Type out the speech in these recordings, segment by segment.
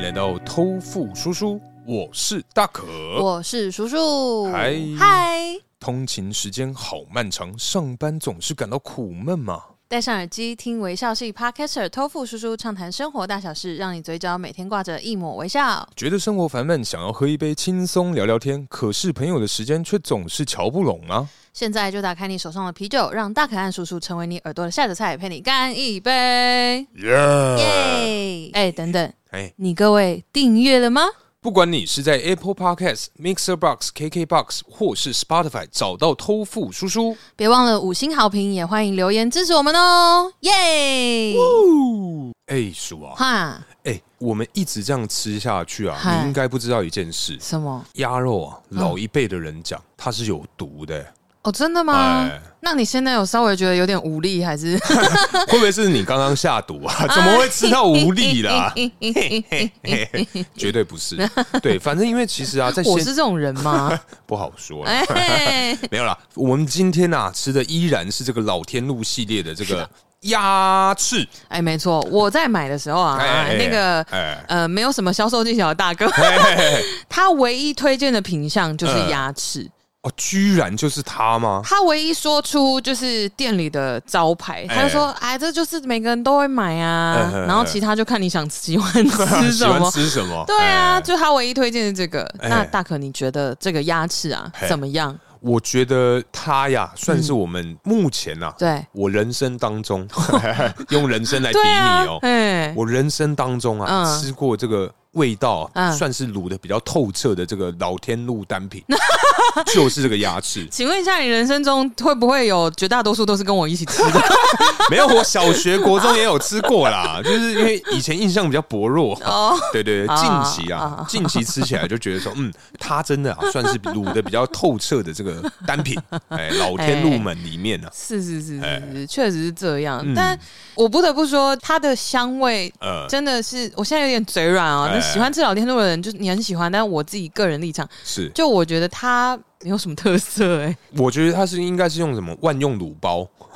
来到偷富叔叔，我是大可。我是叔叔。呃嗨嗨，通勤时间好漫长，上班总是感到苦闷嘛。戴上耳机听微笑系 Podcaster 托付叔叔畅谈生活大小事，让你嘴角每天挂着一抹微笑。觉得生活烦闷，想要喝一杯轻松聊聊天，可是朋友的时间却总是瞧不拢啊。现在就打开你手上的啤酒，让大可爱叔叔成为你耳朵的下酒菜，陪你干一杯。耶！耶！哎，等等，哎，你各位订阅了吗？不管你是在 Apple Podcast、Mixer Box、KK Box 或是 Spotify 找到偷富叔叔，别忘了五星好评，也欢迎留言支持我们哦。耶！哎，叔啊，哈，哎，我们一直这样吃下去啊，嗨你应该不知道一件事，什么？鸭肉啊，老一辈的人讲它是有毒的，哦，真的吗哎？那你现在有稍微觉得有点无力，还 是？会不会是你刚刚下毒 啊？怎么会吃到无力啦？啊绝对不是，对，反正因为其实啊，在我先是这种人吗？ 不好说啦，哎，没有啦，我们今天啊吃的依然是这个老天路系列的这个鸭翅，哎，没错，我在买的时候啊，哎哎哎那个哎呃，没有什么销售技巧的大哥， 他唯一推荐的品相就是嗯鸭翅，哦，居然就是它吗？他唯一说出就是店里的招牌，哎他就说，哎，这就是每个人都会买啊，嗯嗯嗯然后其他就看你想喜 欢喜吃什欢么。吃什么？对啊，哎就他唯一推荐的这个。哎那大可，你觉得这个鸭翅啊嘿怎么样？我觉得它呀，算是我们目前呐、啊，嗯对我人生当 中，用人生来比对啊拟哦，，哎，我人生当中啊，嗯吃过这个味道、啊嗯算是卤的比较透彻的这个老天路单品， 就是这个鸭翅。请问一下，你人生中会不会有绝大多数都是跟我一起吃 的？ 没有，我小学、国中也有吃过啦，就是因为以前印象比较薄弱。哦，对对对，近啊期啊啊，近期吃起来就觉得说，嗯，它真的啊，算是卤的比较透彻的这个单 品，哎，老天路门里面呢、是是是哎是是，确实是这样。嗯但我不得不说，它的香味啊，呃，真的是，我现在有点嘴软啊。哎那喜欢吃老天路的人，就是你很喜欢，但我自己个人立场，是，就我觉得它没有什么特色哎、我觉得它是应该是用什么万用卤包，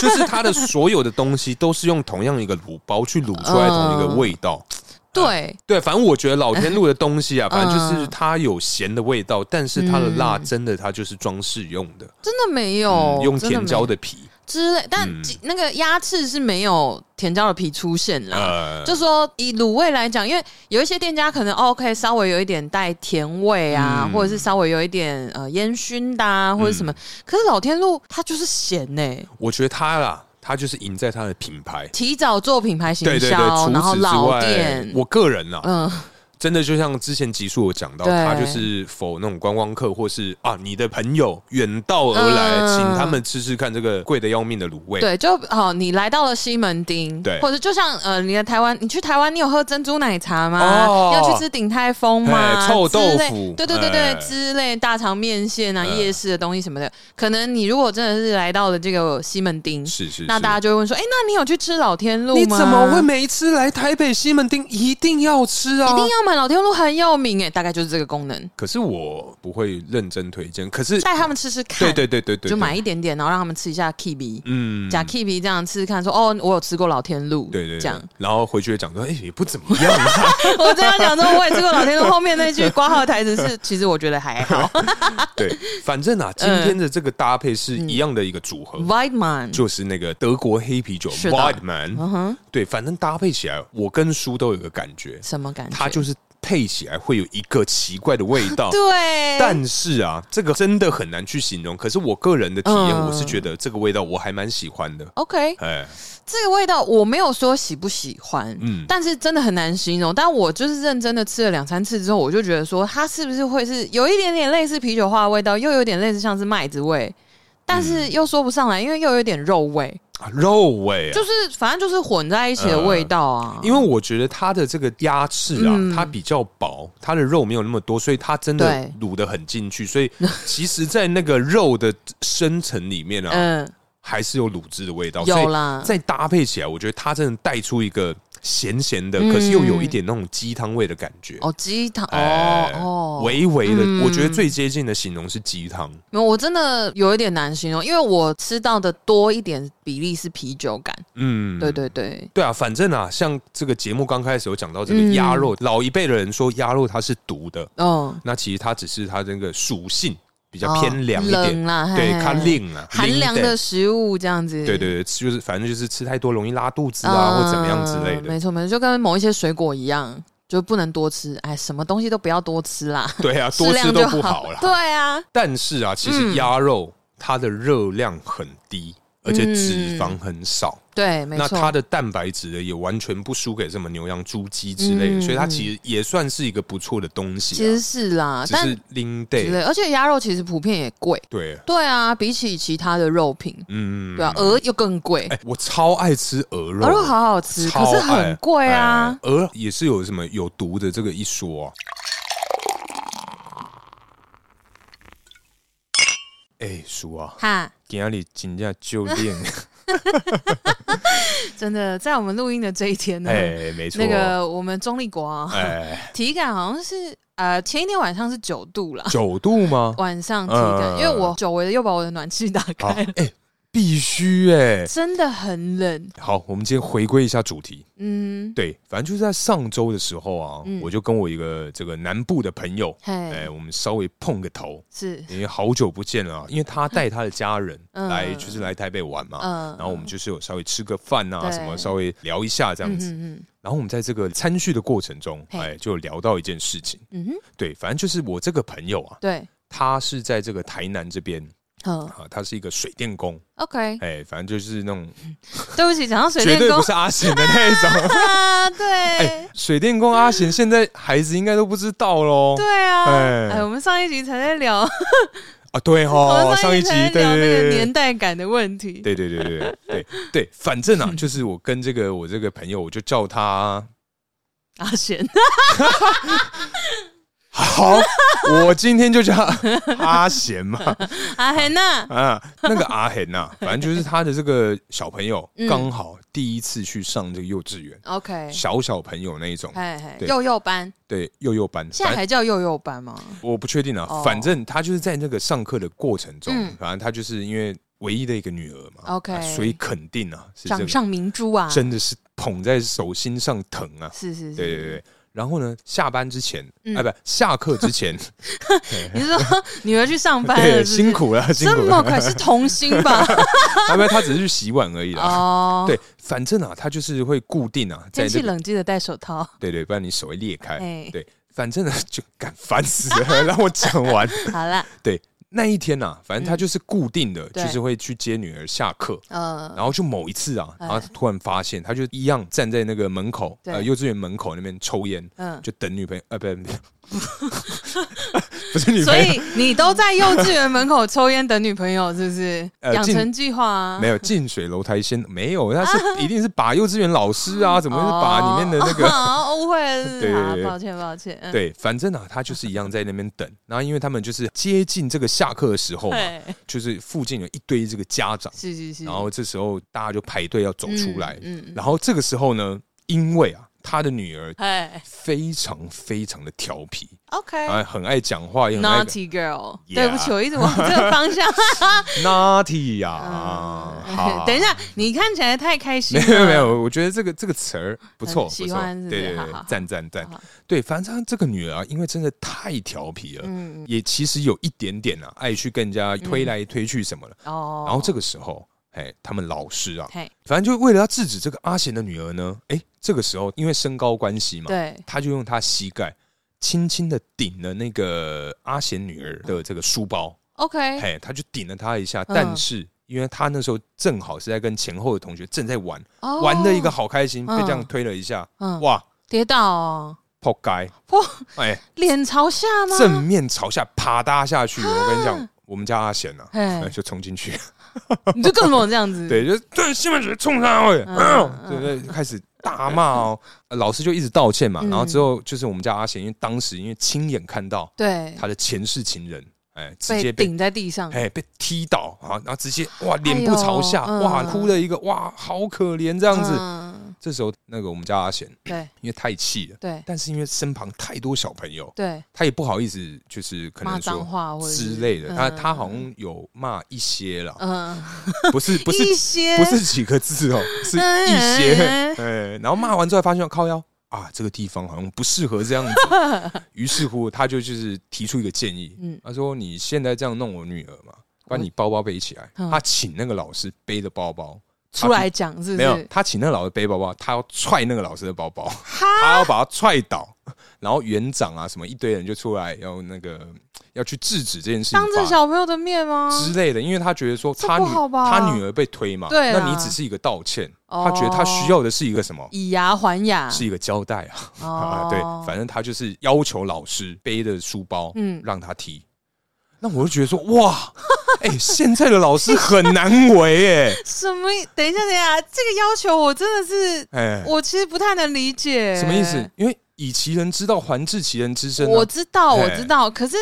就是它的所有的东西都是用同样一个卤包去卤出来同一个味道。对，对，反正我觉得老天路的东西啊，嗯反正就是它有咸的味道，但是它的辣真的它就是装饰用的，真的没有嗯、用哦真的甜没椒的皮，之类，但嗯那个鸭翅是没有甜椒的皮出现啦。呃，就说以卤味来讲，因为有一些店家可能哦 OK 稍微有一点带甜味啊，嗯或者是稍微有一点呃烟熏的、啊、或者什么，可是老天路它就是咸呢、我觉得它啦，它就是赢在它的品牌。提早做品牌行对对对，销，然除后此之老外店，，我个人啊，嗯，真的就像之前集数有讲到，对他就是否那种观光客，或是啊你的朋友远道而来，嗯请他们吃吃看这个贵的要命的卤味。对，就好、你来到了西门町，对或者就像呃，你在台湾，你去台湾，你有喝珍珠奶茶吗？哦要去吃鼎泰丰吗？哎臭豆腐之类对对对哎对，之类大肠面线啊、哎夜市的东西什么的，可能你如果真的是来到了这个西门町，是是是，那大家就会问说，哎、那你有去吃老天路吗？你怎么会每一次来台北西门町一定要吃啊？一定要买老天路很有名哎、大概就是这个功能，可是我不会认真推荐，可是带他们吃吃看，对对对对对，就买对一点点，然后让他们吃一下 kibi，嗯假 kibi 这样吃吃看，说哦，我有吃过老天路，对对这样 对。，然后回去也讲说，哎，也不怎么样啊。我这样讲说，我也吃过老天路后面那句挂号的台词是，其实我觉得还 好。对，反正啊，今天的这个搭配是嗯一样的一个组合， Weidman，就是那个德国黑啤酒是的 Weidman，嗯哼，对，反正搭配起来，我跟叔都有个感觉，什么感觉？它就是配起来会有一个奇怪的味道。 对，但是啊，这个真的很难去形容。可是我个人的体验，嗯我是觉得这个味道我还蛮喜欢的。 OK，哎，这个味道我没有说喜不喜欢，嗯但是真的很难形容。但我就是认真的吃了两三次之后，我就觉得说，它是不是会是有一点点类似啤酒花的味道，又有点类似像是麦子味，但是又说不上来，因为又有点肉味，啊肉味、啊就，是反正就是混在一起的味道啊。因为我觉得它的这个鸭翅啊，嗯它比较薄，它的肉没有那么多，所以它真的对卤得很进去。 所以其实，在那个肉的深层里面啊，嗯，啊哦还是有卤汁的味道。所以有啦，再搭配起来，我觉得它真的带出一个咸咸的，嗯可是又有一点那种鸡汤味的感觉。哦，鸡汤哦哎哦，微微的，嗯我觉得最接近的形容是鸡汤。没有，我真的有一点难形容，因为我吃到的多一点比例是啤酒感，嗯，对对对，对啊，反正啊，像这个节目刚开始有讲到这个鸭肉，老一辈的人说鸭肉它是毒的，嗯，那其实它只是它这个属性比比较偏凉一点，哦冷啦，对，嘿它，令啊，寒凉冷一点的。食物这样子，对对对，就是反正就是吃太多容易拉肚子啊，或怎么样之类嗯的。没错没错，就跟某一些水果一样，就不能多吃，哎，什么东西都不要多吃啦，对啊，适 多吃量都就不好好啦。对啊，但是啊，其实嗯鸭肉它的热量很低，而且脂肪很少，对，嗯没那啊错，它的蛋白质呢也完全不输给什么牛羊猪鸡之类的，嗯所以它其实也算是一个不错的东西、啊。其实是啦，只但是拎之 day 类而且鸭肉其实普遍也贵，对，对啊，比起其他的肉品，嗯，对啊，鹅又更贵，哎、我超爱吃鹅肉，鹅肉好好吃，超爱，可是很贵啊。哎鹅也是有什么有毒的这个一说、啊。哎、叔啊，哈，今天你真正就练， 真的，在我们录音的这一天呢，哎、没错，那个我们中立国啊，哎，体感好像是呃前一天晚上是九度啦，九度吗？晚上体感，嗯因为我久违的又把我的暖气打好，开哎了，、必须哎、真的很冷，好，我们今天回归一下主题。嗯，对，反正就是在上周的时候啊，嗯我就跟我一个这个南部的朋友，哎、嘿，我们稍微碰个头，是，因为好久不见了啊，因为他带他的家人 嗯来，就是来台北玩嘛。嗯，啊然后我们就是有稍微吃个饭啊，对什么稍微聊一下这样子。嗯然后我们在这个餐叙的过程中，嘿哎，就有聊到一件事情。嗯嗯哼，对，反正就是我这个朋友啊，对，他是在这个台南这边嗯啊，他是一个水电工， ，OK，哎，反正就是那种 对不起，讲到水绝电对工不是阿贤的那种。 啊，对哎，，水电工阿贤现在孩子应该都不知道喽。对啊，哎哎，我们上一集才在聊，啊，对 我哦，们上一集才对在对聊那对个对年代感的问题，对对对对对对对，反正啊，就是我跟这个我这个朋友，我就叫他阿 贤，啊好，我今天就叫他阿贤嘛，阿贤呐，啊，那个阿贤呐、反正就是他的这个小朋友嗯刚好第一次去上这个幼稚园， OK，小小朋友那一种，嘿嘿，对幼幼班，对幼幼班，现在反正还叫幼幼班吗？我不确定啊哦，反正他就是在那个上课的过程中嗯，反正他就是因为唯一的一个女儿嘛 OK 啊所以肯定啊是这掌个上明珠啊，真的是捧在手心上疼啊，是是是，对对对。然后呢，下班之前，嗯哎，不，下课之前， 你是说女儿去上班了对，是不是辛，苦了，辛这苦了。么快是童星 吧？他没有，他只是去洗碗而已啦。哦，， 对，反正啊，他就是会固定啊，在天气这个，冷记得戴手套。对对，不然你手会裂开。哎，对，反正呢，就敢烦死了， 让我讲完。好啦，那一天呐，反正他嗯就是固定的，对就是会去接女儿下课。呃，然后就某一次啊，哎然后突然发现，他就一样站在那个门口，对呃，幼稚园门口那边抽烟，嗯，就等女朋友，呃，不， 不不是女所朋友，以你都在幼稚园门口抽烟等女朋友，是不是？呃养进成计划啊，没有近水楼台先，没有，他 是一定是把幼稚园老师啊，怎么会是把里面的那个、哦误会了，是不 是对对好对抱歉抱歉，嗯，对，反正啊，他就是一样在那边等。然后因为他们就是接近这个下课的时候、啊，对，就是附近有一堆这个家长，是是是，然后这时候大家就排队要走出来。嗯，嗯嗯然后这个时候呢，因为啊，他的女儿哎非常非常的调皮， ，OK，啊，很爱讲话，也很爱 Naughty Girl， Yeah 对不起，我一直往这个方向。 naughty 呀、嗯好 等一下，你看起来太开心没了。有没有，我觉得这个这个词儿不错，很不喜错欢是，不是对对好对好好，赞赞赞好，对，反正她这个女儿啊，因为真的太调皮了，嗯，也其实有一点点啊，爱去跟人家推来推去什么的。哦。然后这个时候，哎，他们老师啊，嘿，反正就为了要制止这个阿贤的女儿呢，哎，这个时候因为身高关系嘛，对，他就用他膝盖轻轻的顶了那个阿贤女儿的这个书包， ，OK，哎，他就顶了她一下，嗯但是。因为他那时候正好是在跟前后的同学正在玩，哦玩的一个，好开心，被嗯这样推了一下，嗯，哇，跌倒哦，扑街！哇， 哎，脸朝下吗？正面朝下啪嗒下去，我跟你讲，我们家阿贤啊，哎 哎，就冲进去，你就更猛这样子。对，就是对西门学冲上位，嗯嗯 嗯对对，就开始大骂哦，呃老师就一直道歉嘛，嗯然后之后就是我们家阿贤，因为当时因为亲眼看到对他的前世情人。哎，直接被被顶在地上，哎被踢倒啊，然后直接哇脸哎部呦朝下，哇嗯哭了一个哇好可怜这样子。嗯这时候那个我们家阿贤对因为太气了，对但是因为身旁太多小朋友，对，他也不好意思就是可骂能脏说话或者是之类的，他他好嗯像有骂一些啦，嗯，不是不是一些不是几个字 哦，是一些。哎，然后骂完之后发现靠腰啊，这个地方好像不适合这 样子。于是乎，他就就是提出一个建议，嗯他说：“你现在这样弄我女儿嘛，把我你包包背起来。”嗯他请那个老师背着包包，出来讲是不没有是？他请那个老师背包包，他要踹那个老师的包包，哈，他要把他踹倒。然后园长啊什么一堆人就出来要那个要去制止这件事情当发着生。小朋友的面吗？之类的，因为他觉得说啊这他女不好吧他女儿被推嘛，对啦那你只是一个道歉，哦他觉得他需要的是一个什么？以牙还牙，是一个交代啊！哦啊， 对，反正他就是要求老师背着书包，嗯让他踢。那我就觉得说，哇， 哎、现在的老师很难为、什么？等一下，等一下，这个要求我真的是， 哎，我其实不太能理解，哎，什么意思？？因为以其人之道还治其人之身、我啊。知道，哎我知道，可是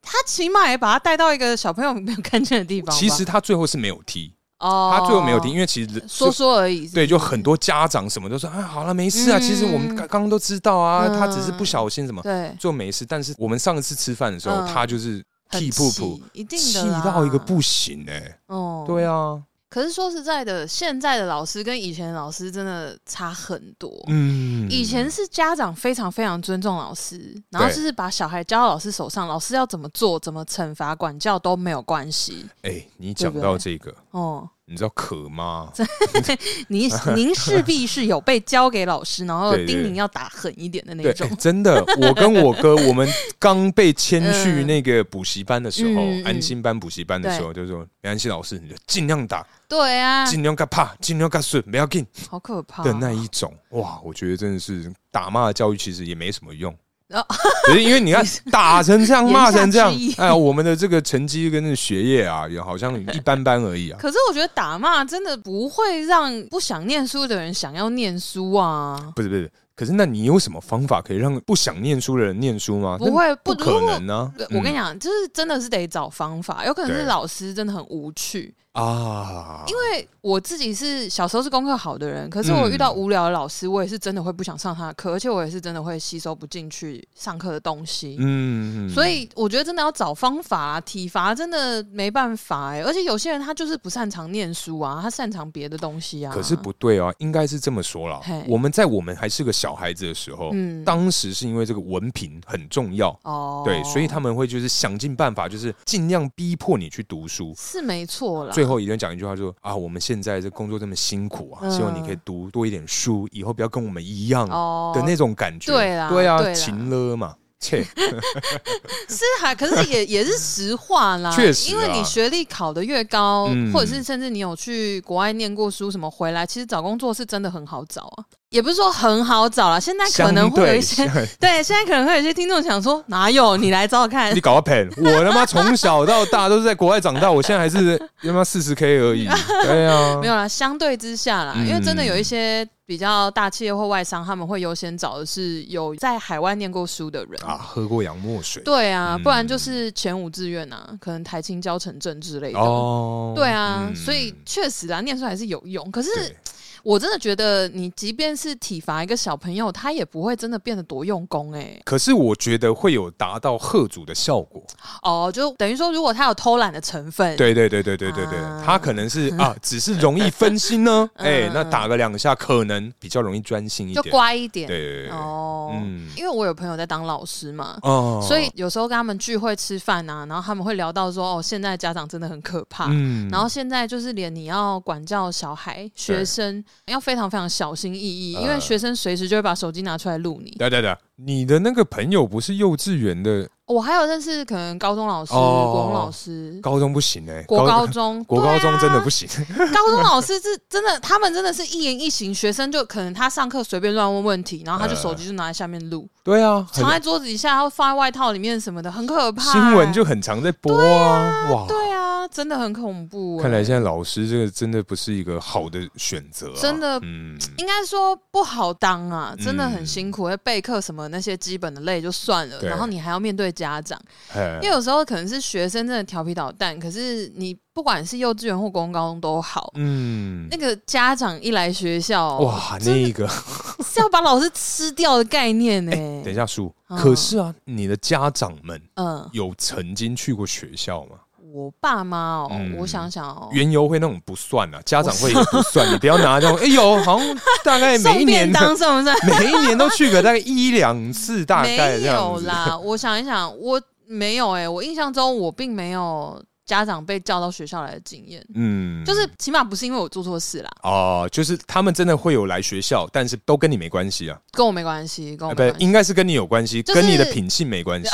他起码也把他带到一个小朋友没有看见的地方吧。其实他最后是没有踢，哦，他最后没有踢，因为其实说说而已。是不对，是就很多家长什么都说啊，好了，没事啊。嗯其实我们刚刚刚都知道啊，嗯他只是不小心什么，对，就没事。但是我们上一次吃饭的时候，嗯他就是很气噗噗气，一定气的啦到一个不行哎、哦，对。啊，可是说实在的，现在的老师跟以前的老师真的差很多。嗯，以前是家长非常非常尊重老师，然后对就是把小孩交到老师手上，老师要怎么做、怎么惩罚、管教都没有关系。哎、你讲到这个，哦，你知道可妈， 您您势必是有被交给老师，然后对对叮咛要打狠一点的那对、种哎。真的，我跟我哥，我们刚被迁去那个补习班的时候，嗯嗯嗯安心班补习班的时候，就说没关系，老师你就尽量打，对啊，尽量干怕，尽量干顺，不要紧好可怕的那一种。哇，我觉得真的是打骂的教育其实也没什么用 哦。只是因为你看打成这样，骂成这样言下之意，哎呀，我们的这个成绩跟那学业啊，也好像一般般而已啊。可是我觉得打骂真的不会让不想念书的人想要念书啊，不是不是，可是那你有什么方法可以让不想念书的人念书吗？不会啊那不可能啊嗯呢、对我跟你你讲，就是真的是得找方法，有可能对是老师真的很无趣。啊，因因为我自己是小时候是功课好的人，可是我遇嗯到无聊的老师，我也是真的会不想上他的课，而且我也是真的会吸收不进去上课的东西。嗯所以我觉得真的要找方法、啊，体罚真的没办法哎、而且有些人他就是不擅长念书啊，他擅长别的东西啊。可是，不对啊，应该是这么说啦嘿。我们在我们还是个小孩子的时候，嗯，当时是因为这个文凭很重要。哦，对，所以他们会就是想尽办法，就是尽量逼迫你去读书。是没错啦。最后一定讲一句话说啊，我们现在这工作这么辛苦啊，嗯希望你可以读多一点书，以后不要跟我们一样哦的那种感觉。对啦对对啊，啦情了嘛， 切，是还，可是也也是实话啦， 确实啊因为你学历考得越高，嗯或者是甚至你有去国外念过书什么回来，其实找工作是真的很好找啊，也不是说很好找啦，现在可能会有一些相。对对，现在可能会有一些听众想说，哪有你来找找 看你，搞个盆！我他妈从小到大都是在国外长大，我现在还是他妈四十 K 而已。对啊没，有啦，相对之下啦，嗯因为真的有一些比较大企业或外商，他们会优先找的是有在海外念过书的人。啊，喝过洋墨水对啊，嗯不然就是前五志愿啊，可能台青教城镇之类的。哦对啊，嗯所以确实啊，念书还是有用。可是对我真的觉得，你即便是体罚一个小朋友，他也不会真的变得多用功哎、可是我觉得会有达到贺主的效果。哦，就等于说，如果他有偷懒的成分，对对对对对对对啊，他可能 是啊，只是容易分心呢。嗯哎，那打个两下，可能比较容易专心一就点。乖一点。对对对对，哦，嗯因为我有朋友在当老师嘛。哦所以有时候跟他们聚会吃饭啊，然后他们会聊到说，哦，现在家长真的很可怕，嗯啊然后现在就是连你要管教小孩、学生，要非常非常小心翼翼，因为呃学生随时就会把手机拿出来录你。对对对，你的那个朋友不是幼稚园的，我还有认识可能高中老师、哦国中老师、高中不行哎，国高中、国高中真的不行。行。高中老师是真的，他们真的是一言一行，学生就可能他上课随便乱问问题，然后他就手机就拿在下面录， 对啊，呃很藏在桌子底下，然后放在外套里面什么的，很可怕、欸新闻就很常在播啊，哇！对啊，真的很恐怖、欸看来现在老师这个真的不是一个好的选择、啊，真的嗯，应该说不好当啊，真的很嗯辛苦，会备课什么那些基本的累就算了，对嗯然后你还要面对家长，嘿因为有时候可能是学生真的调皮捣蛋，可是你不管是幼稚园或国中、高中都好，嗯那，个家长一来学校，哇，真的那个，是要把老师吃掉的概念呢、哎，等一下，叔，嗯可是啊，你的家长们嗯，有曾经去过学校吗？我爸妈哦，嗯我想想哦，园游会那种不算啊，家长会也不 算，你不要拿这种，哎呦，好像大概送每一年便当的算不算？ 每一年都去个大概一两次，大概没这样有子。啦，我想一想，我没有哎、我印象中我并没有家长被叫到学校来的经验，嗯，就是起码不是因为我做错事啦，哦，就是他们真的会有来学校，但是都跟你没关系啊，跟我没关系，跟我呃没不，关系，应该是跟你有关系，就是跟你的品性没 关系。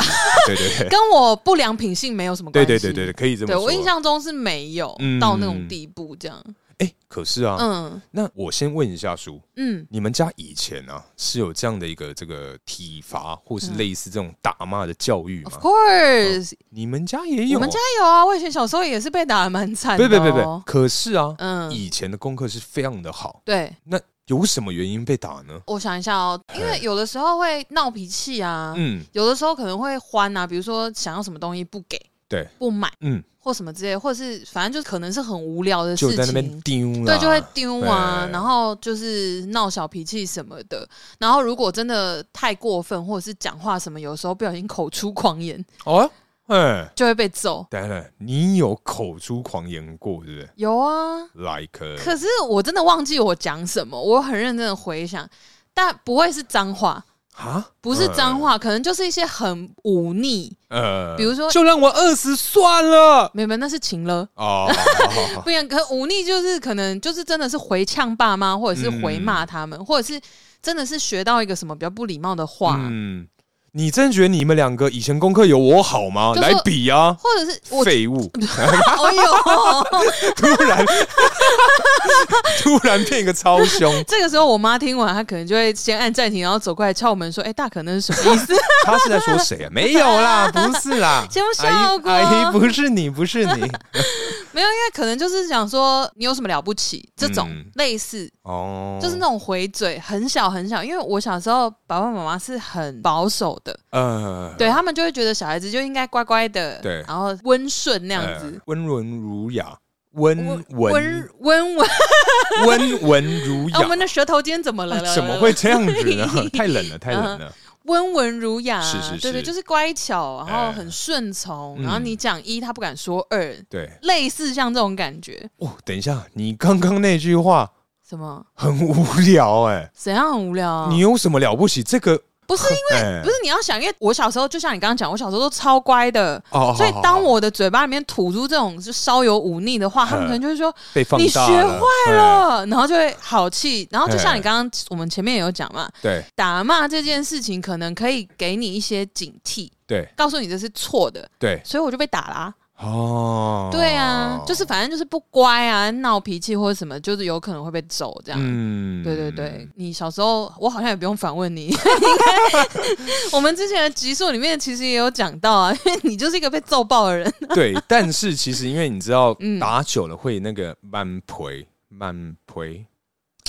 对对对，跟我不良品性没有什么关对系。对对对对，可以这么对说。我印，象中是没有嗯到那种地步，这样，哎，可是啊，嗯那我先问一下叔，嗯，你们家以前啊是有这样的一个这个体罚或是嗯类似这种打骂的教育 Of 吗？ course，、你们家也有？我们家有啊。我以前小时候也是被打的蛮惨的、哦。不不不不，可是啊，嗯，以前的功课是非常的好，对，那有什么原因被打呢？我想一下哦，因为有的时候会闹脾气啊，嗯有的时候可能会欢啊，比如说想要什么东西不给，对，不买嗯，或什么之类，或者是反正就可能是很无聊的事就情，在那边丢啦，对，就会丢啊，对然后就是闹小脾气什么的。然后如果真的太过分，或者是讲话什么，有时候不小心口出狂言，哦，哎。就会被揍。当然，你有口出狂言过，对不对有啊， ？Like，呃可是我真的忘记我讲什么，我很认真的回想，但不会是脏话，啊，不是脏话，可能就是一些很忤逆，呃，呃比如说就让我饿死算了。没没那是情了。哦，好好 好不一样，可忤逆就是可能就是真的是回呛爸妈，或者是回骂他们，或者是真的是学到一个什么比较不礼貌的话，嗯，你真觉得你们两个以前功课有我好吗？就说来比啊，或者是我废物！ 哎呦， 突然， 突然变一个超凶， 这个时候我妈听完，她可能就会先按暂停，然后走过来敲我门说：“哎、大可那是什么意思他是在说谁啊？没有 啦，不是啦，节目阿效姨果？”阿姨不是你，不是你 没有，因为可能就是想说你有什么了不起这种、嗯类似，哦，就是那种回嘴很小很小。因为我小时候爸爸妈妈是很保守的，呃，对他们就会觉得小孩子就应该乖乖的，对然后温顺那样呃子。温文儒雅，温温文温温文，温文儒啊我们雅，啊的舌头今天怎么了？ 怎么会这样子呢？ 太冷了，太冷嗯了。温文儒雅？是是是对对，就是乖巧，然后哎很顺从，嗯然后你讲一，他不敢说二，对，类似像这种感觉。哦，等一下，你刚刚那句话什么？很无聊哎，怎样很无聊啊？你有什么了不起？这个哎不是 因为为不是你要想，因为我小时候就像你刚刚讲，我小时候都超乖的。哦，所以好，当好我的嘴巴里面吐出这种就稍有忤逆的话，他们嗯可能就会说哦好被放你学大坏哎了，然后就会好气。然后就像哎你刚刚我们前面有讲嘛，对打骂这件事情可能可以给你一些警惕，对告诉你这是错的，对，所以我就被打啦、哦，对啊，就是反正就是不乖啊，闹脾气或者什么，就是有可能会被揍这样。嗯对对对，，你小时候，我好像也不用反问你，应 该我们之前的集数里面其实也有讲到啊， 因为你就是一个被揍爆的人， 对，但是其实因为你知道嗯，打久了会那个慢赔慢赔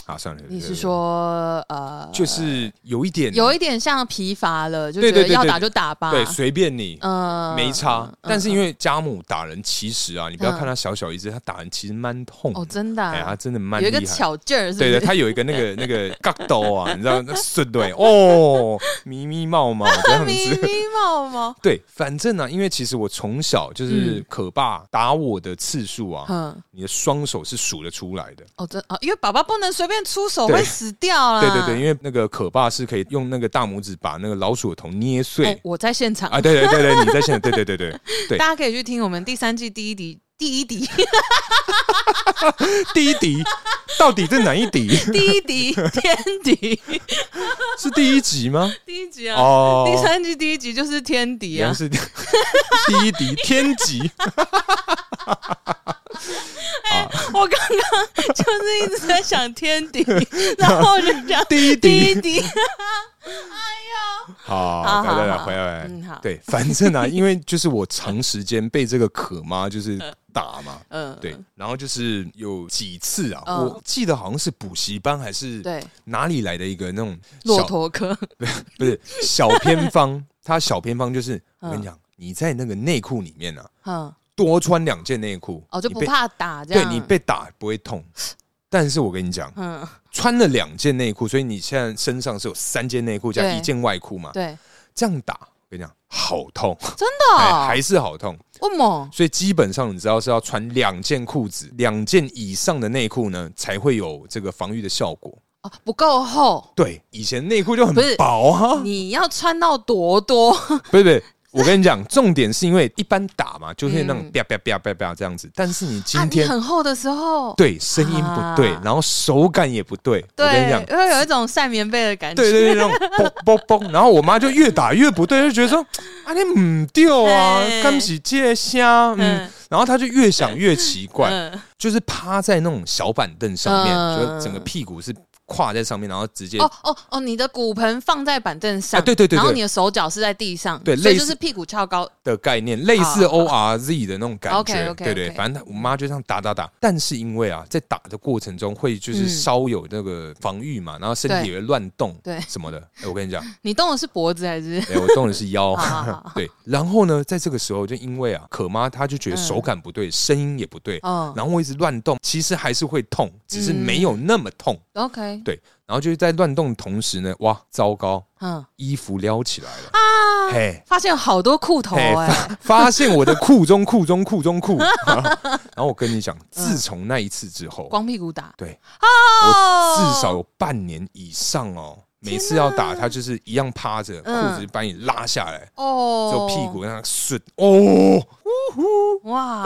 啊，算了，你是对说呃，就是有一点有一点像疲乏了，就觉对对得对要对打就打吧，对，随便你。嗯没差，但是因为为家母打人，其实啊，你不要看嗯他小小一只，他打人其实蛮痛的哦，真的啊哎，他真的蛮有一厉个害。巧劲儿，是不对是对，他有一个那个那 个嘎刀啊，你知道那顺对哦， 咪咪冒冒这样咪子。咪毛 毛，对，反正呢、啊，因为其实我从小就是嗯可爸打我的次数啊，嗯，你的双手是数得出来的。哦，真啊，因为宝宝不能随便出手，对会死掉啦。对对对，因为为那个可爸是可以用那个大拇指把那个老鼠的头捏碎哦我在现场，啊！对对对对，你在现场，对对对对， 对大家可以去听我们第三季第一集。第 一集，第一滴到底这哪一滴第一集，天敌，是第一集 吗？第一集啊，哦，第三季第一集就是天敌原啊来，是 第一滴天 级，我刚刚就是一直在想天 敌，然后我就讲第一第滴 一滴，好，好来来来，好回来，回嗯来好对，反正啊，因为就是我长时间被这个可妈 就是呃打嘛，嗯，对，然后就是有几次啊，嗯我记得好像是补习班还是对，哪里来的一个那种骆小，驼科，不是小偏方，他小偏方就是，我嗯跟你讲，你在那个内裤里面啊，嗯，多穿两件内裤，哦，就你不被，怕打这对样。你被啊打不会痛。但是我跟你讲，嗯，穿了两件内裤，所以你现在身上是有三件内裤加对一件外裤嘛？对，这样打，我跟你讲，好痛，真的哎哦还，是好痛。为什么？所以基本上你知道是要穿两件裤子、两件以上的内裤呢，才会有这个防御的效果。哦，不够厚，对，以前内裤就很不是薄 啊，你要穿到多多？不是不是。我跟你讲，重点是因为一般打嘛，就是那种嗯啪啪啪啪啪这样子。但是你今啊，你天、很厚的时候，对声音不对，啊然后手感也不对。我跟你讲，会有一种晒棉被的感觉。对对对， 那种嘣嘣嘣，然后我妈就越打越不对，就觉得说嗯啊你唔掉啊，哎干起借虾，嗯嗯，然后她就越想越奇怪，嗯就是趴在那种小板凳上面，嗯就整个屁股是跨在上面，然后直接、哦哦哦，你的骨盆放在板凳上，啊对对对对然后你的手脚是在地上，对所以类就似是屁股翘高，的概念，类似 O R Z 的那种感觉， OK，OK，OK 对对，反正我妈就这样打打打，但是因为啊，在打的过程中会就是嗯稍有那个防御嘛，然后身对体也会乱动，对什么的。哎我跟你讲，你动的是脖子还是？哎，我动的是腰 好好好， 对。然后呢，在这个时候就因为啊，可妈她就觉得手感不对，声音也不对，嗯然后我一直乱动，其实还是会痛，只是没有那么痛， ，OK，对。然后就是在乱动的同时呢，哇，糟糕，嗯衣服撩起来了，啊，嘿。发现有好多裤头嘿，哎，发发现我的裤中裤中裤中裤， 然后我跟你讲，自从那一次之后，光屁股打，对哦，至少有半年以上哦，每次要打他就是一样趴着，嗯裤子就把你拉下来，哦，就屁股让他顺哦哇，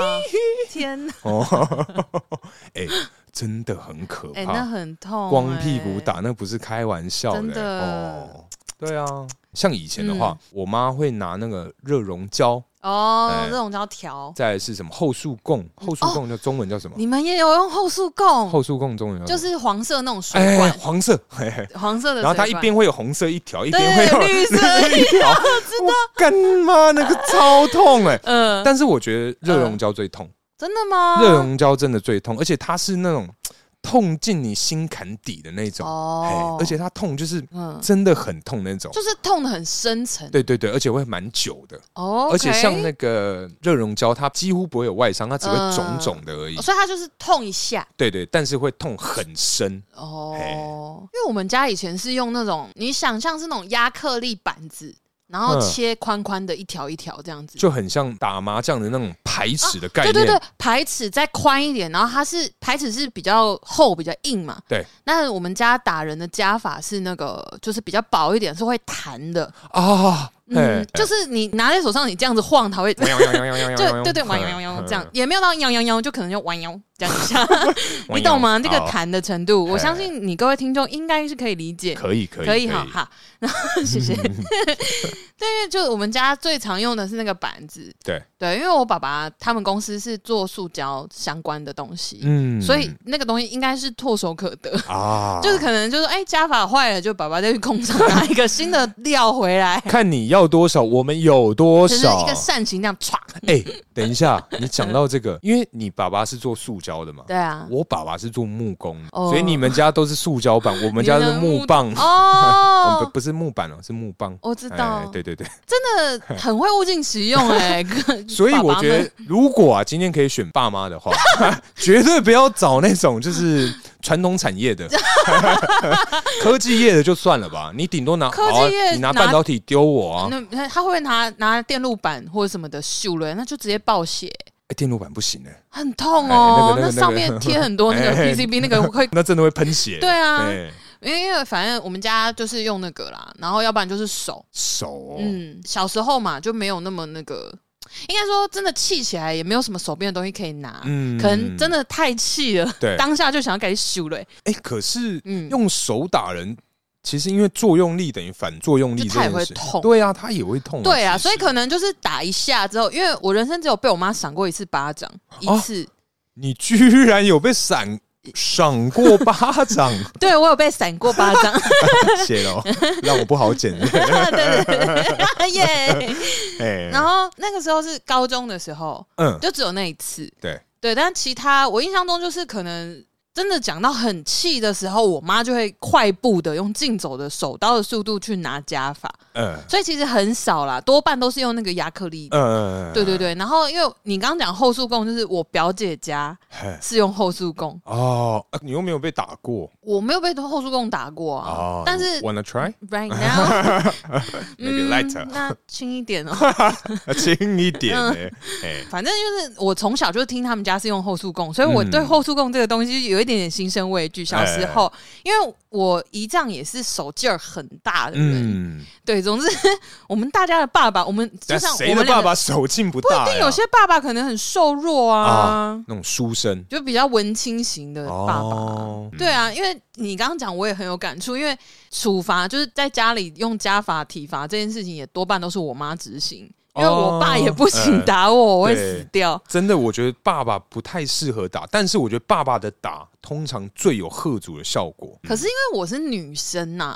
天哪，哦，哎，真的很可哎，那怕，很痛，欸光屁股，打那不是开玩笑真的嗯的欸哦。对啊，像以前的话，我妈会拿那个热熔胶，哦哎，这种叫调，再来是什么后束供，后束供叫中文叫什么？哦你们也有用后束供，后束供中文叫什么就是黄色那种水哎，管，黄色，嘿嘿黄色的水管，然后它一边会有红色一条，一边会对有绿 色一 条，我知道。干妈那个超痛哎、嗯，但是我觉得热熔胶最痛，真的吗？热熔胶真的最痛，而且它是那种痛进你心坎底的那种，哦哎，，而且它痛就是嗯，真的很痛那种。就是痛的很深层，对对对，而且会蛮久的哦，而且像那个热熔胶，它几乎不会有外伤，它只会肿嗯肿的而已。所以它就是痛一下对对，但是会痛很深。嘿哦。因为我们家以前是用那种，你想象是那种亚克力板子，然后嗯切宽宽的一条一条这样子。就很像打麻将的那种排尺的概啊对念。对对，排尺再宽一点，然后它是排尺是比较厚、比较硬嘛。对。那我们家打人的加法是那个，就是比较薄一点，是会弹的。啊，嗯哎，就是你拿在手上，你这样子晃，它会。喵喵喵 喵喵对喵 对对，喵弯喵腰腰喵这样，，也没有到腰腰腰，就可能就弯腰这样一 下。喵你懂吗？这个好弹的程度，我哦嘿相信你各位听众应该是可以理解，可以可以以哈，好， 然后 谢谢。对，因为就我们家最常用的是那个板子，对，对，因为我爸爸他们公司是做塑胶相关的东西，嗯所以那个东西应该是唾手可得。啊，，就是可能就是哎、加法坏了，就爸爸再去工厂拿一个新的料回来看你要多少，我们有多就是少一个。扇形这样歘。哎，等一下，你讲到这个，因为你爸爸是做塑胶的嘛，对啊，我爸爸是做木工的，哦所以你们家都是塑胶板， 我们家是木棒。哦不哦，不是木板哦，是木棒。我知哎道，对对对，真的很会物尽其 用哎、哥嗯所以我爸爸觉们得，如果啊，今天可以选爸妈的 话，绝对不要找那种就是传统产业 的，科技业的就算了吧。你顶多拿科技好啊业你拿拿半导体丢我啊，那那他会不会拿拿电路板或者什么的咻了，那就直接爆血，哎电路板不行哎，很痛哦。哎那个那个上面贴很多那个 哎 PCB，那个会，那真的会喷血。对啊哎因为因为反正我们家就是用那个啦，然后要不然就是手，手哦嗯，小时候嘛就没有那么那个，应该说真的气起来也没有什么手边的东西可以拿，嗯哎可能真的太气了，对。当下就想要给咻了，哎，可是嗯，用手打人，其实因为作用力等于反作用力就这它也件会事，痛对啊，他也会痛啊。对啊，其所以实可能就是打一下之后，因为我人生只有被我妈赏过一次巴掌，一哦次，你居然有被闪闪过巴掌， 对我有被闪过巴 掌， 谢喽，让我不好剪。对对对，耶。哎，然后那个时候是高中的时候，嗯，就只有那一次。对对，但其他我印象中就是可能真的讲到很气的时候，我妈就会快步的用竞走的手刀的速度去拿夹法，嗯所以其实很少啦，多半都是用那个亚克力。嗯，对对对，然后因为你刚刚讲后速供，就是我表姐家嘿是用后速供，哦，啊你又没有被打过我没有被后速供打过啊，哦，但是 wanna try right now maybe 嗯 later，啊那轻一点哦。轻一点嗯欸 哎，反正就是我从小就听他们家是用后速供，所以我对嗯哎后速供这个东西有一点点心生畏惧。小时候，因为我姨丈也是手劲儿很大的人，嗯，对，总之我们大家的爸爸，我们就那像我谁的们两爸个，爸手劲不不大一呀？定有些爸爸可能很瘦弱啊，那种书生就比较文青型的爸爸。哦，对啊，因为你刚刚讲，我也很有感触。因为处罚就是在家里用家法体罚这件事情，也多半都是我妈执行，因为我爸也不哦行嗯打我，我会对死掉。真的，我觉得爸爸不太适合打，但是我觉得爸爸的打通常最有贺阻的效果。可是因为我是女生呐、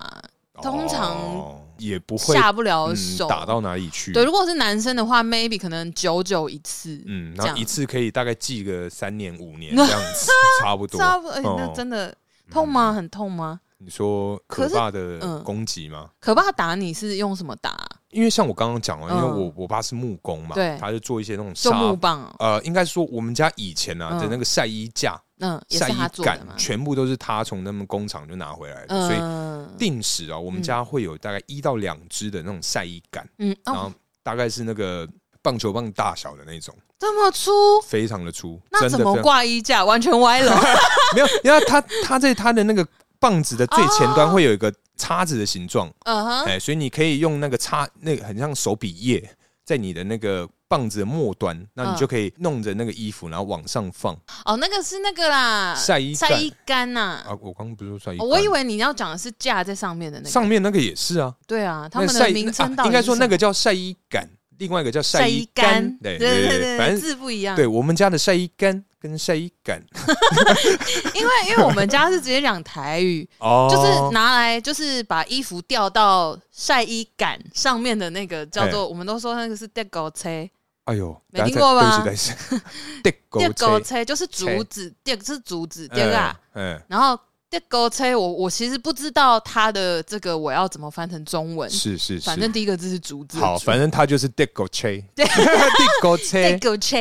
通常哦也不会下不了嗯手。打到哪里去。对，如果是男生的话，maybe 可能久久一次，嗯，这然后样一次可以大概记个三年五年这样 子，差不多。差不多。哎那哦真的痛吗？很痛吗？你说可可是怕的嗯攻击吗？可爸打你是用什么打啊？因为像我刚刚讲了，因为嗯我我爸是木工嘛对，他就做一些那种就木纱。棒哦，呃，应该说我们家以前啊嗯的那个晒衣架、嗯，也晒是他衣做的杆嘛，。全部都是他从他们工厂就拿回来的，所以嗯定时啊，我们家会有大概一到两只的那种晒衣杆，嗯，然哦，后大概是那个棒球棒大小的那种，这么粗，非常的粗，那真的非怎么常挂衣架？完 全歪了。没有，因为它它在它的那个棒子的最前端会有一个叉子的形状，嗯哼，哎、所以你可以用那个叉，那个很像手笔叶，在你的那个棒子的末端，那你嗯就可以弄着那个衣服，然后往上放哦，那个是那个啦，晒衣晒杆衣杆呐。啊。我刚刚不是说晒衣哦杆，我以为你要讲的是架在上面的那个。上面那个也是啊，对啊，他那们晒的衣名啊称到底应该是说什那么个叫晒衣杆，另外一个叫晒晒衣衣杆，对对对对，啊反正。字不一样。对我们家的晒衣杆跟晒衣杆因为因为我们家是直接讲台 语，哦就是拿来就是把衣服吊到晒衣杆上面的那个叫做，我们都说那个是吊狗车，哎呦，没听过吧对不起，对不起，电吊狗狗车，车就是竹子，吊是竹子吊啊，嗯，然后。吊狗车，我我其实不知道它的这个我要怎么翻成中文嗯，是是是，反正第一个字是竹子。好，反正他哎就是电狗车， 电狗车，吊狗车，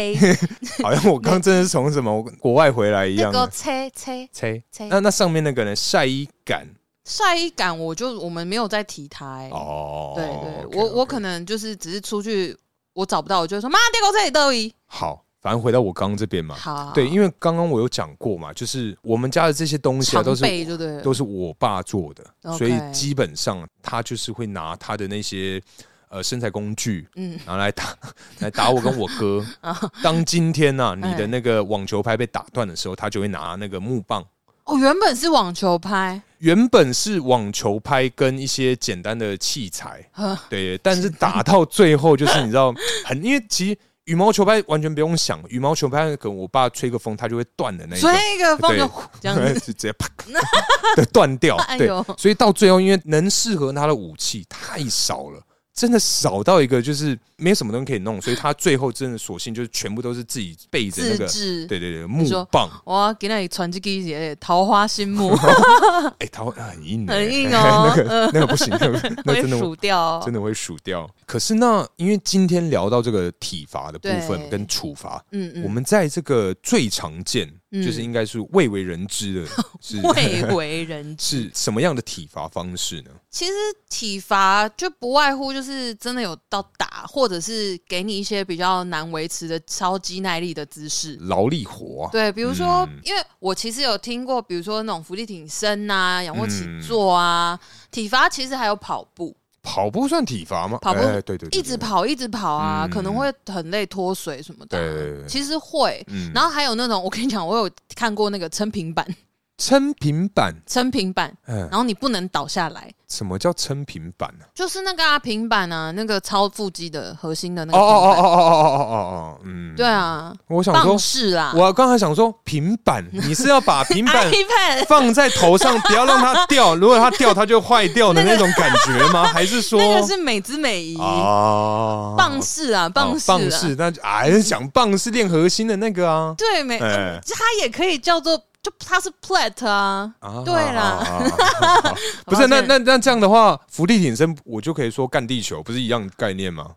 好像我刚真的是从什么国外回来一样吊啊嗯狗的。车车车，车那那上面那个呢？晒衣杆晒衣杆，我就我们没有在提它、欸。哦，对对 OK，我 OK 我可能就是只是出去，我找不到，我就会说妈，电狗这里都有一。好，反正回到我刚刚这边嘛，好，啊对，因为刚刚我有讲过嘛，就是我们家的这些东西啊，常都是备就对了，都是我爸做的， OK 所以基本上他就是会拿他的那些呃身材工具，嗯哦然后来打 来打我跟我 哥。当今天呐、你的哎那个网球拍被打断的时候，他就会拿那个木棒。哦，原本是网球拍，原本是网球拍跟一些简单的器材，呵对，但是打到最后就是你知 道很，因为其实羽毛球拍完全不用想，羽毛球拍可能我爸吹个风它就会断的那一种所，以一个风就对 这样子，直接啪对断掉， 哎对呦，所以到最后因为能适合他的武器太少了。真的少到一个，就是没有什么东西可以弄，所以他最后真的索性就是全部都是自己背着那自个，制。对对对，木说棒，哇，给那里传这个也桃花心木哎、它会很硬、很硬哎 哦那个那个不行， 那个 那会真的数掉哦真，的会数掉。可是那因为今天聊到这个体罚的部分对跟处罚，嗯我嗯，们在这个最常见，嗯就是应该是未为人知 的是未为人知。是什么样的体罚方式呢？其实体罚就不外乎就是真的有到打，或者是给你一些比较难维持的超肌耐力的姿势。劳力活啊，对，比如说，嗯因为我其实有听过，比如说那种伏地挺身啊、仰卧起嗯坐啊、体罚，其实还有跑步，跑步算体罚吗？跑步哎对对对，一直，跑一直跑啊，嗯可能会很累、脱水什么的啊、对对对对其实会。嗯然后还有那种，我跟你讲，我有看过那个撑平板，撑平板，撑平板，嗯，然后你不能倒下来，什么叫撑平板呢、就是那个啊平板啊，那个超腹肌的核心的那哦个哦平板。哦哦哦哦哦哦哦，嗯，对，啊，我想说棒，式啊啦我刚才想说平板，你是要把平板，iPad 放在头上，不要让它掉。如果它掉，它就坏掉的那种感觉吗？还是说那个是美姿美仪。啊棒式啊，棒哦式、啊棒式？那哎，讲棒是练核心的那个啊。对，没，哎它也可以叫做，就它是 plat 啊，啊对啦，好好好 好不是那那那这样的话，伏地挺身我就可以说干地球，不是一样概念吗？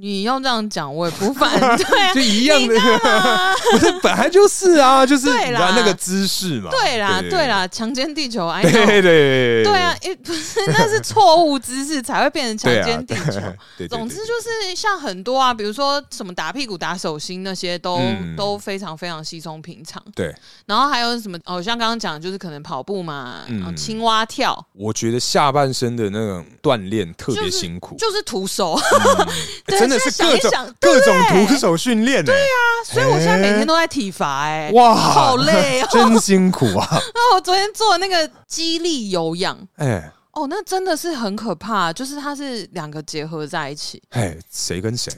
你要这样讲，我也不反对啊 就一样的，啊。不是本来就是啊，就是对啦你知道那个姿势嘛，对啦，对，啦，强奸地球，I know，对对对啊，，诶， 不是，那是错误姿势才会变成对强啊奸地球。对，对对总之对就是像很多啊，比如说什么打屁股、打手心那些都，都、嗯非常非常稀松平常。对，然后还有什么哦，像刚刚讲，就是可能跑步嘛，嗯然后青蛙跳，我觉得下半身的那种锻炼特别辛苦，欸就是徒手， 对真的是各现在种想一想各种对徒手训练呢，所以我现在每天都在体罚、哎、哇，好累哦真辛苦啊！ 那我哦昨天做那个肌力有氧，哎哦，那真的是很可怕，就是它是两个结合在一起，哎，谁跟谁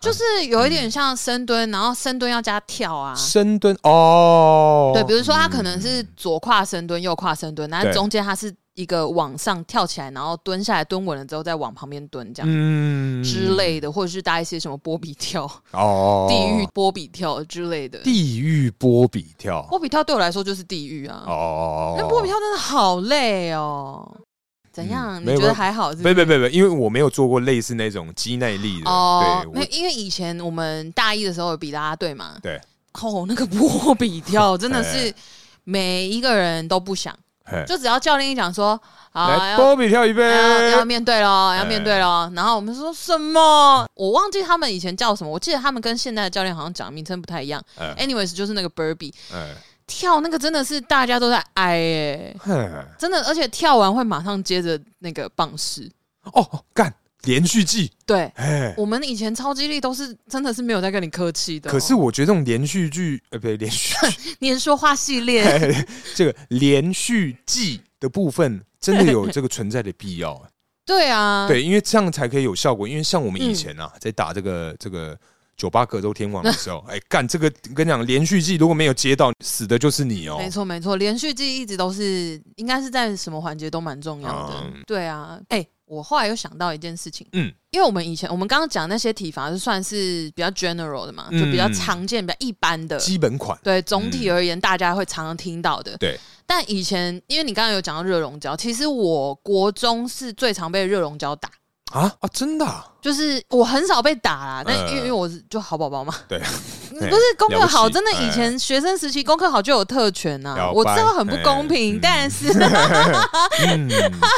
就是有一点像深蹲，然后深蹲要加跳啊。深蹲嗯哦？对，比如说它可能是左胯深蹲、右胯深蹲，但是对中间它是一个往上跳起来，然后蹲下来，蹲稳了之后再往旁边蹲这样、嗯之类的，或者是搭一些什么波比跳、哦，地狱波比跳之类的。地狱波比跳波比跳对我来说就是地狱啊，哦，那波比跳真的好累哦。怎样？嗯没你有觉没有得还好是不没是？没没没，因为我没有做过类似那种肌耐力的，哦，对，没有我，因为以前我们大一的时候有比啦啦队嘛，对，哎哦，那个波比跳真的是每一个人都不想，嘿就只要教练一讲说，啊，哎来哎要波比跳一杯，要要面对喽，要面对喽，然后我们说什么？我忘记他们以前叫什么，我记得他们跟现在的教练好像讲的名称不太一样。哎 Anyways，就是那个 Burby 哎跳那个真的是大家都在挨哎、嘿真的，而且跳完会马上接着那个棒式，哦，干连续剧，对。哎，我们以前超激励都是真的是没有在跟你客气的哦、可是我觉得这种连续剧，呃，不对，连续 剧年说话系列，哎这个连续剧的部分，真的有这个存在的必要。 对啊，对，因为这样才可以有效果。因为像我们以嗯前啊，在打这个这个酒吧格斗天王的时候，哎，干这个跟你讲，连续剧如果没有接到，死的就是你哦。没错没错，连续剧一直都是应该是在什么环节都蛮重要的。嗯对啊，哎、我后来又想到一件事情，嗯，因为我们以前我们刚刚讲那些体罚是算是比较 general 的嘛，就比较嗯常见、比较一般的。基本款，对，总体而言，大家会常常听到的。对，但以前，因为你刚刚有讲到热熔胶，其实我国中是最常被热熔胶打，啊啊，真的啊、 就是我很少被打啦，但嗯因为因为我是就好宝宝嘛，对嗯， 不是功课好，了不起哎真的以前学生时期功课好就有特权呐、了我知道很不公哎平，嗯 但是嗯，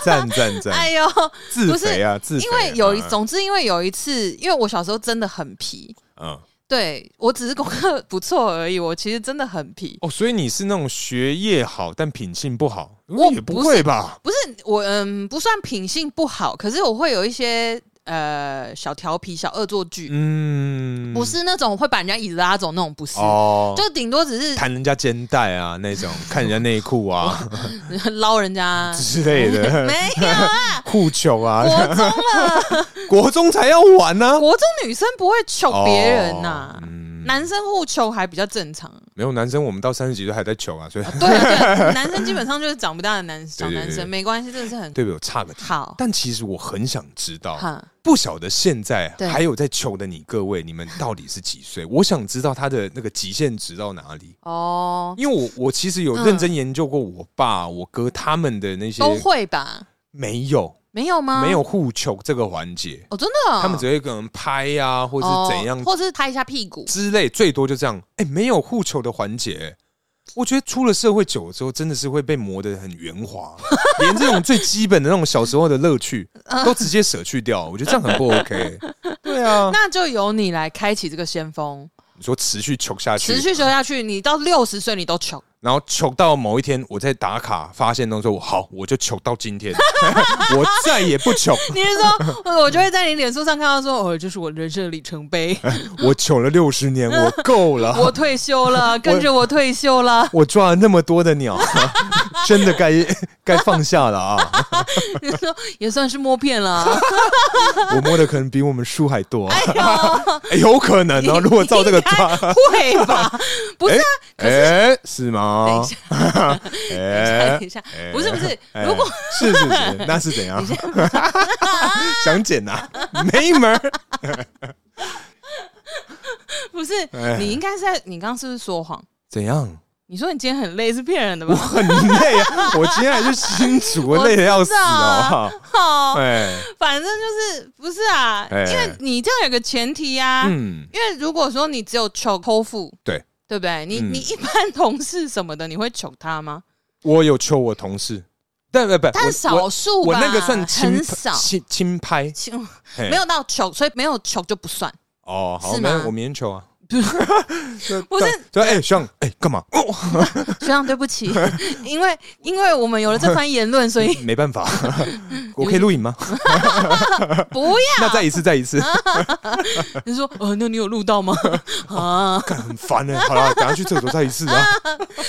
赞赞赞， 哎呦，自不是肥啊，自肥、因啊，为有一，总之因为有一次，因为我小时候真的很皮，嗯，对我只是功课不错而已，我其实真的很皮。哦，所以你是那种学业好但品性不好，哦我也不不是会吧？不是我，嗯，不算品性不好，可是我会有一些呃小调皮、小恶作剧，嗯，不是那种会把人家椅子拉走那种，不是，哦，就顶多只是弹人家肩带啊，那种看人家内裤啊 捞人家之类的， 没 有啊，裤球啊，国中了， 国中才要玩呢、国中女生不会求别人啊呐、哦嗯男生互求还比较 正常。没有男生，我们到三十几岁还在求 啊，所以对啊，对啊，男生基本上就是长不大的男小对对男生，没关系，真的是很对不对？我差个题。好。但其实我很想知道，哈，不晓得现在对还有在求的你各位，你们到底是几岁？我想知道他的那个极限值到哪里。哦，因为我我其实有认真研究过我爸、我哥他们的那些，都会啊吧？没有、没有吗？没有互求这个环节，哦，真的哦，他们只会可能拍呀、啊，或哦是怎样或是拍一下屁股。之类，最多就这样。哎、没有互求的环节。我觉得出了社会久了之后，真的是会被磨得很圆 滑，连这种最基本的那种小时候的乐趣嗯都直接舍去掉。我觉得这样很不 OK。对啊，那就由你来开启这个先锋，你说持续求下去持，续求下去，你到六十岁你都求，然后求到某一天，我在打卡发现当中，好，我就求到今天， 我再也不求， 你是说，呃我我就会在你脸书上看到说，哦，这是我人生的里 程碑，我求了六十 年，我够我了，退休了，跟着我退休了，我抓了那么多的鸟， 真的该该放下了啊！你说也算是摸片了啊，我摸的可能比我们书还多、啊，哎 哎有可能哦。如果照这个抓，呦，会吧？不是啊，可是哎、是吗等一？下，哎等一下哎，不是不是，哎 如果是是是，那是怎样？ 想剪呐、啊，没门儿！不是哎，你应该是在你刚刚是不是说谎？怎样？你说你今天很累是骗人的我吧？很累啊，我今天还去新竹，我累的要死，好不好？啊好，哎，哦反正就是不是啊？哎因为你这样有个前提呀、嗯，因为如果说你只有求抠付，对对不对？你、嗯你一般同事什么的，你会求他吗？我有求我同事，但呃不不，但我少数我吧，那个算轻很少，轻轻拍，轻嘿没有到求，所以没有求就不算。哦，好，是没吗有我明天求啊。 不不是，对，哎，兄，哎，干嘛？哦学长，对不起， 因为因为我们有了这番言 论，所以没办 法，我可以录影吗？不要那再一次，再一次，嗯你说，呃，那你有 录到吗？啊，干 很烦哎。好了，等下去厕所再一次啊。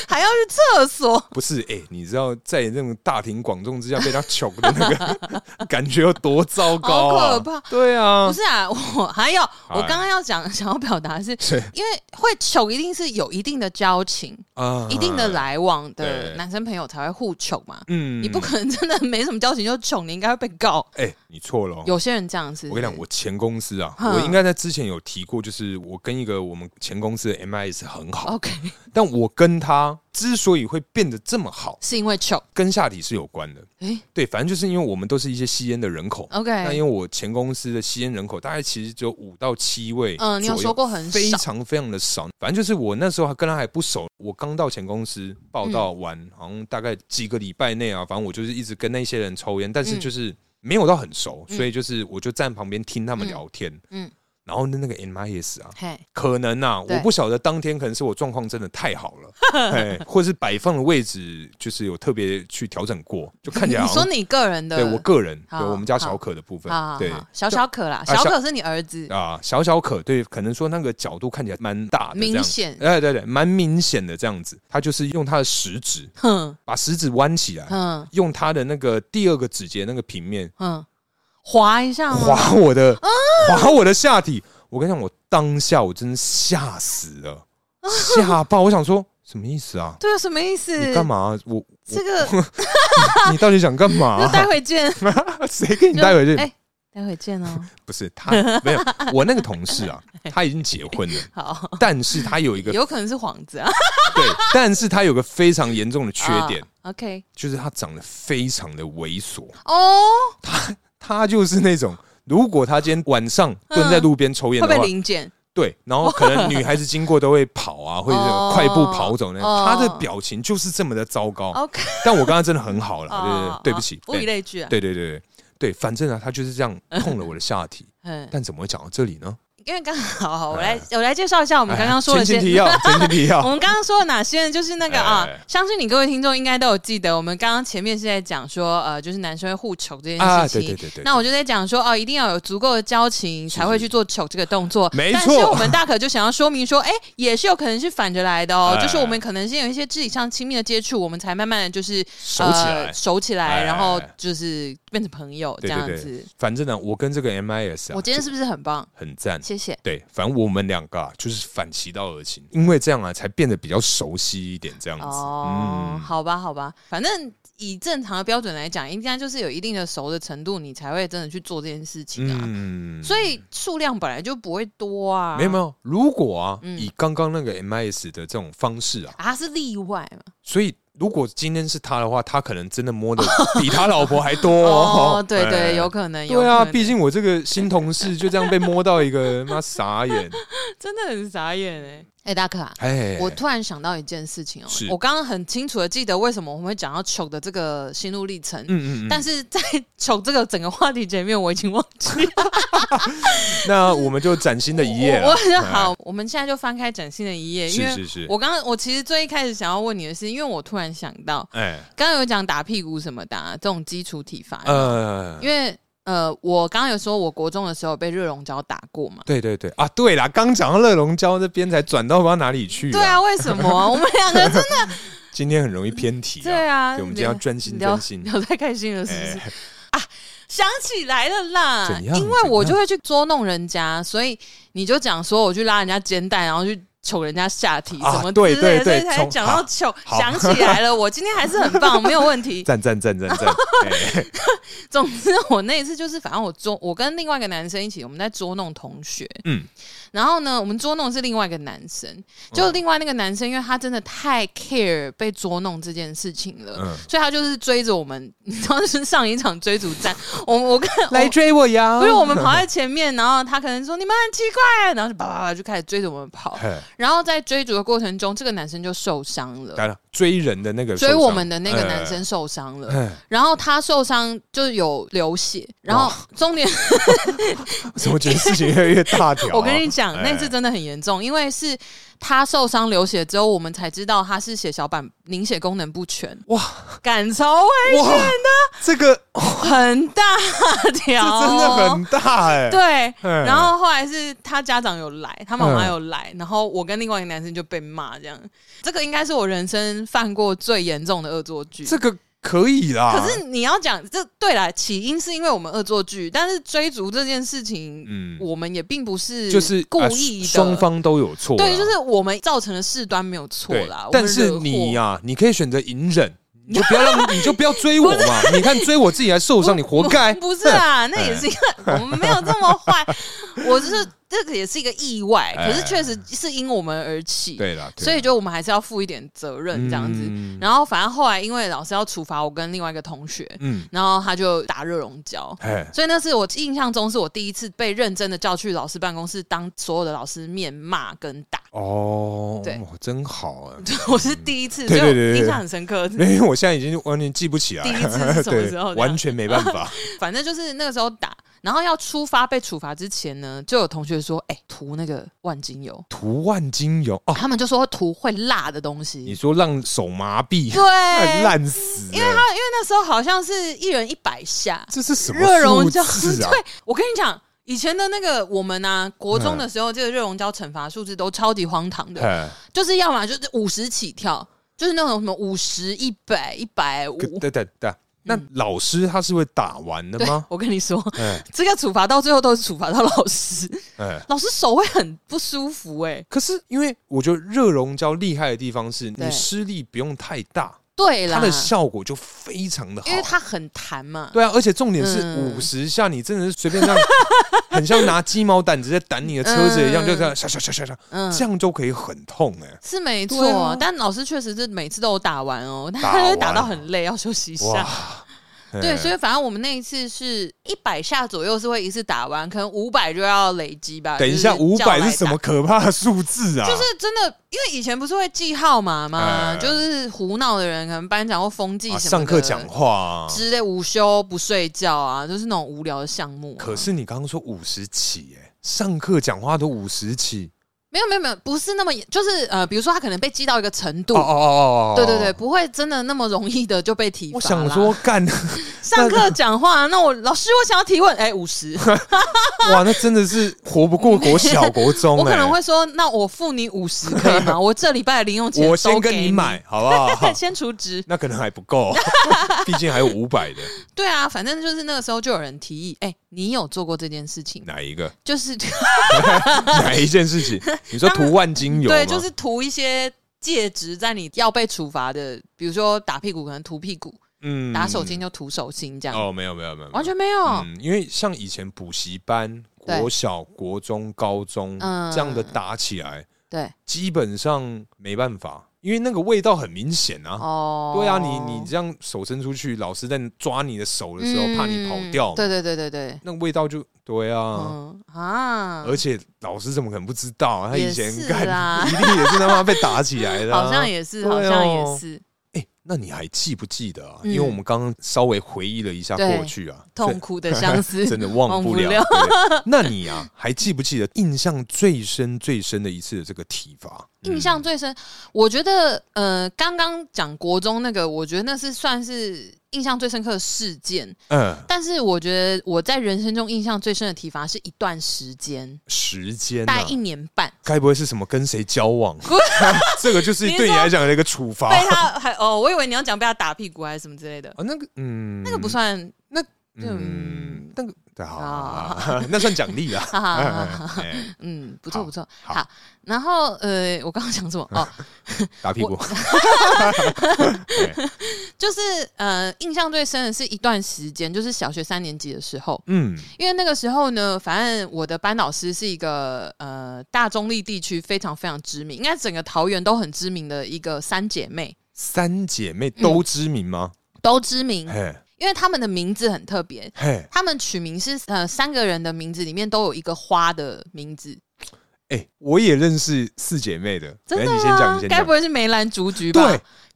还要去厕所，不是，哎、你知道在那种大庭广众之下被他糗的那个 感觉有多糟糕啊？好可怕对啊不，是啊，我还有，哎我刚刚要讲想要表达的是，是因为会糗一定是有一定的交情、啊一定的，来往的对男生朋友才会互糗嘛。嗯你不可能真的没什么交情就糗，你应该会被告。哎、你错了哦。有些人这样是，我跟你讲，我前公司啊，嗯我应该在之前有提过，就是我跟一个我们前公司的 MIS 很好， OK 但我跟他之所以会变得这么好，是因为糗，跟下体是有关的。诶对，反正就是因为我们都是一些吸烟的人口。 OK，那因为我前公司的吸烟人口大概其实只有五到七位，嗯，你有说过很非少，常非常的少。反正就是我那时候还跟他还不熟，我刚到前公司报道完，好像大概几个礼拜内啊，反正我就是一直跟那些人抽烟，但是嗯就是没有到很熟，嗯所以就是我就站旁边听他们聊天。嗯嗯然后那个 MIS 啊，嘿，可能啊，对我不晓得当天可能是我状况真的太好 了，嘿或是摆放的位置就是有特别去调整过，就看起来你好说像你个人的，对我个人，对好我们家好小可的部分好好，好对啊小小可啦，小小可是你儿子，啊，小小可对，可能说那个角度看起来蛮大的，这明样。显，哎，对对，蛮明显的这样子，他就是用他的食指哼把食指弯起来，哼用他的那个第二个指节那个平面哼，划一下吗？划我哦的，划我的下体。我跟你讲，我当下我真的吓死了，哦吓爆！我想说什么意思啊？对啊，什么意思？你干？嘛？我这个你到底想干嘛就？ 待会见，谁给你带回去？哎，待会见哦。 不是他，没有我那个同事 啊，他已经结婚了，好，但是他有一个有可能是幌子啊。 对，但是他有个非常严重的缺点，啊 OK，就是他长得非常的猥琐。哦，他就是那种，如果他今天晚上蹲在路边抽烟会的被话，零检。对，然后可能女孩子经过都会跑啊，或者哦是快步跑走那哦样，他的表情就是这么的糟糕。 OK，但我跟他真的很好了哦，哦对对对，对不起哦，物以对类聚啊。对对对对对，反正啊，他就是这样碰了我的下 体。嗯，但怎么会讲到这里呢？因为刚好，好我来我来介绍一下我我们刚刚说的哎前些情提要， 前情提我要，们刚刚说的哪些呢？就是那个啊哦哎，相信你各位听众应该都有记得，我们刚刚前面是在讲说，呃，就是男生会互丑这件啊事对对情。对对那我就在讲说，哦，一定要有足够的交情才会去做丑这个动作。没但错是我们大可就想要说明说，哎，也是有可能是反着来的哦，哎就是我们可能先有一些肢体上亲密的接触，我们才慢慢的就是熟起来呃。熟起来，哎然后就是变成朋友这对样对子对。，反正呢，我跟这个 MIS 啊，我今天是不是很棒？很赞，谢谢。对，反正我们两个、啊、就是反其道而行，因为这样啊，才变得比较熟悉一点，这样子。哦，嗯，好吧，好吧，反正以正常的标准来讲，应该就是有一定的熟的程度，你才会真的去做这件事情啊。嗯所以数量本来就不会多啊。没有没有，如果啊，嗯以刚刚那个 MIS 的这种方式啊，啊，它是例外嘛。所以如果今天是他的话，他可能真的摸 的比他老婆还多哦。哦，对哎对，有。可能，有对啊，可能毕竟我这个新同事就这样被摸到一个妈傻眼，真的很傻眼哎。哎，大可啊。哎，我突然想到一件事情哦是，我刚刚很清楚的记得为什么我们会讲到糗的这个心路历程，嗯嗯嗯，但是在 糗这个整个话题前面我已经忘记了。那我们就崭新的一页我 了，我好，我们现在就翻开崭新的一页，因啊哎是为是是，我刚刚我其实最一开始想要问你的是，因为我突然想到，哎 刚刚有讲打屁股什么的、啊、这种基础体罚，呃因，为呃，我刚刚有说我国中的时候被热熔胶打过嘛。对对对啊，对啦，刚讲到乐龙胶这边才转到不知道哪里去、对啊，，为什么我们两个真的今天很容易偏题、啊。对啊？ 对我们今天要专心聊专心聊太开心了，是不是？哎 想起来了啦，怎样因为我怎样就会去捉弄人家，所以你就讲说我去拉人家肩带，然后去糗人家下体啊什么之对类对对的，所以才从讲到好糗。好想起来 了，我今天还是很棒，没有问题。赞赞赞 赞赞！哎总之，我那一次就是，反正我捉我跟另外一个男生一起，我们在捉弄同学，嗯，然后呢，我们捉弄是另外一个男生，就另外那个男生，因为他真的太 care 被捉弄这件事情了，嗯所以他就是追着我们，你知道，就是上一场追逐战，我我跟来我追我呀！不是我们哦跑在前面，然后他可能说你们很奇怪，啊然后就叭叭叭就开始追着我们跑， 嘿，然后在追逐的过程中，这个男生就受伤了。来了，追人的那个受追伤，我们的那个哎男生，受伤了，哎 然后他受伤就有流血，然后哇重点哎怎么觉得事情越来越大条啊？ 我跟你讲，哎那次真的很严重，因为是他受伤流血之后，我们才知道他是血小板凝血功能不全。哇，赶超危哇，这个很大这条，哦真的很大哎。对。哎然后后来是他家长有来，他妈妈嗯有来，然后我跟另外一个男生就被骂，这样。这个应该是我人生犯过最严重的恶作剧。这个可以啦，可是你要讲这对啦，起因是因为我们恶作剧，但是追逐这件事情，嗯我们也并不是就是故啊意的，双方都有错啦，对，就是我们造成的事端没有错对啦。我们但是惹祸你呀、你可以选择隐忍，你就不要让，你就不要追 我嘛。你看追我自己还受伤，你活该。不是啊，那也是因为我们没有这么坏，我就是这个也是一个意外， 哎可是确实是因我们而起，对啦，对啦啊所以就我们还是要负一点责任这样子。嗯然后反正后来因为老师要处罚我跟另外一个同学，嗯，然后他就打热熔 胶。哎，所以那是我印象中是我第一次被认真的叫去老师办公室，当所有的老师面骂跟打， 哦，对哇，真好啊。我是第一次，对对对所以对我对印象很深刻。 因为我现在已经完全记不起来，第一次是什么时候对这样完全没办 法。反正就是那个时候打，然后要出发被处罚之前呢，就有同学说：“哎、涂那个万金油。涂万金油哦，他们就说涂会辣的东你西。说让手麻痹，对，那因烂死了，因为为那时候好像是一人一百下，这是什么热熔数胶。字啊？嗯 对，我跟你讲，以前的那个我们啊，国中的时候，这个热熔胶惩罚数字都超级荒唐的，哎就是要么就是五十起跳，就是那种什么五十、一百、一百五可。对对对，那老师他是会打完的嗯对吗，？我跟你说，哎这个处罚到最后都是处罚到老师， 哎，老师手会很不舒服哎、可是因为我觉得热熔胶厉害的地方是对你施力不用太大，对啦，它的效果就非常的好啊因。为它很弹嘛。对啊，而且重点是嗯五十下，你真的是随 便这样，很像拿鸡毛掸子在掸你的车子一样，嗯就这样，下下下下下，嗯，这样就可以很痛哎。是没错对啊，但老师确实是每次都有打完哦，打他完会打到很累，要休息一下。哇，啊对，哎所以反正我们那一次是一百下左右是会一次打完，可能五百就要累积吧。等一下，就是五叫百来打是什么？可怕的数字啊？就是真的，因为以前不是会记号码吗？哎就是胡闹的人，可能班长或风纪啊什么的上课讲话啊。之类，午休不睡觉啊，就是那种无聊的项目啊、可是你刚刚说五十起，哎，上课讲话都五十起，没有没有没有，不是那么严，就是呃，比如说他可能被记到一个程度哦哦，哦哦哦，对对对，，不会真的那么容易的就被体罚啦。我想说干。上课讲话，那我老师我想要提问，哎，五十，哇，那真的是活不过国小国中、欸。 我可能会说，那我付你五十 可以吗？我这礼拜的零用钱我都先跟给你你，？买，好不好 先除值。 那可能还不够， 毕竟还有五百的。对啊，反正就是那个时候就有人提议，哎，你有做过这件事情吗？哪一个？就是哪一件 事情？你说涂万金油吗？对， 就是涂一些戒指在你要被处罚的，比如说打屁股可能涂屁股，嗯打手心就涂手心这样，哦，没有没有没有，完全没有。嗯，因为像以前补习班、哦对国小、国中、高中、嗯这样的打起来，对，基本上没办法，因为那个味道很明显啊。哦，对啊，你你这样手伸出去，老师在抓你的手的时候，怕你跑嗯掉嘛，对对对对对，那个味道就对啊。嗯啊，而且老师怎么可能不知道、啊？他也以前是干 啦一定也是他妈被打起来的、啊。好像也是，对哦好像也是，哎、那你还记不记得啊？嗯因为我们刚刚稍微回忆了一下对过去啊，痛苦的相思 真。真的忘不了。忘对不对那你啊，还记不记得印象最深最深的一次的这个体罚？印嗯象最深，我觉得呃，刚刚讲国中那个，我觉得那是算是印象最深刻的事件。嗯，嗯但是我觉得我在人生中印象最深的体罚是一段时间，时间大啊概，一年半，该不会是什么跟谁交往？ 这个就是 对你来讲的一个处罚被啊。嗯他还哦，我以为你要讲被他打屁股还是什么之类的，那个，嗯，那个不算，嗯，那个对，好，啊好好 那算奖励啊啦。哈哈哈哈，哎嗯，不错好不错，好好。然后呃，我刚刚讲什么？ 哦，打屁股，就是呃，印象最深的是一段时间，就是小学三年级的时候， 嗯，因为那个时候呢，反正我的班导师是一个呃大中立地区非常非常知名，应该整个桃园都很知名的一个三姐妹三姐妹都知名吗？都知名，嘿，因为她们的名字很特别。嘿，她们取名是呃三个人的名字里面都有一个花的名字，哎，我也认识四姐妹的，真的来哎你先讲，吗你？先该不讲。会是梅兰竹菊吧？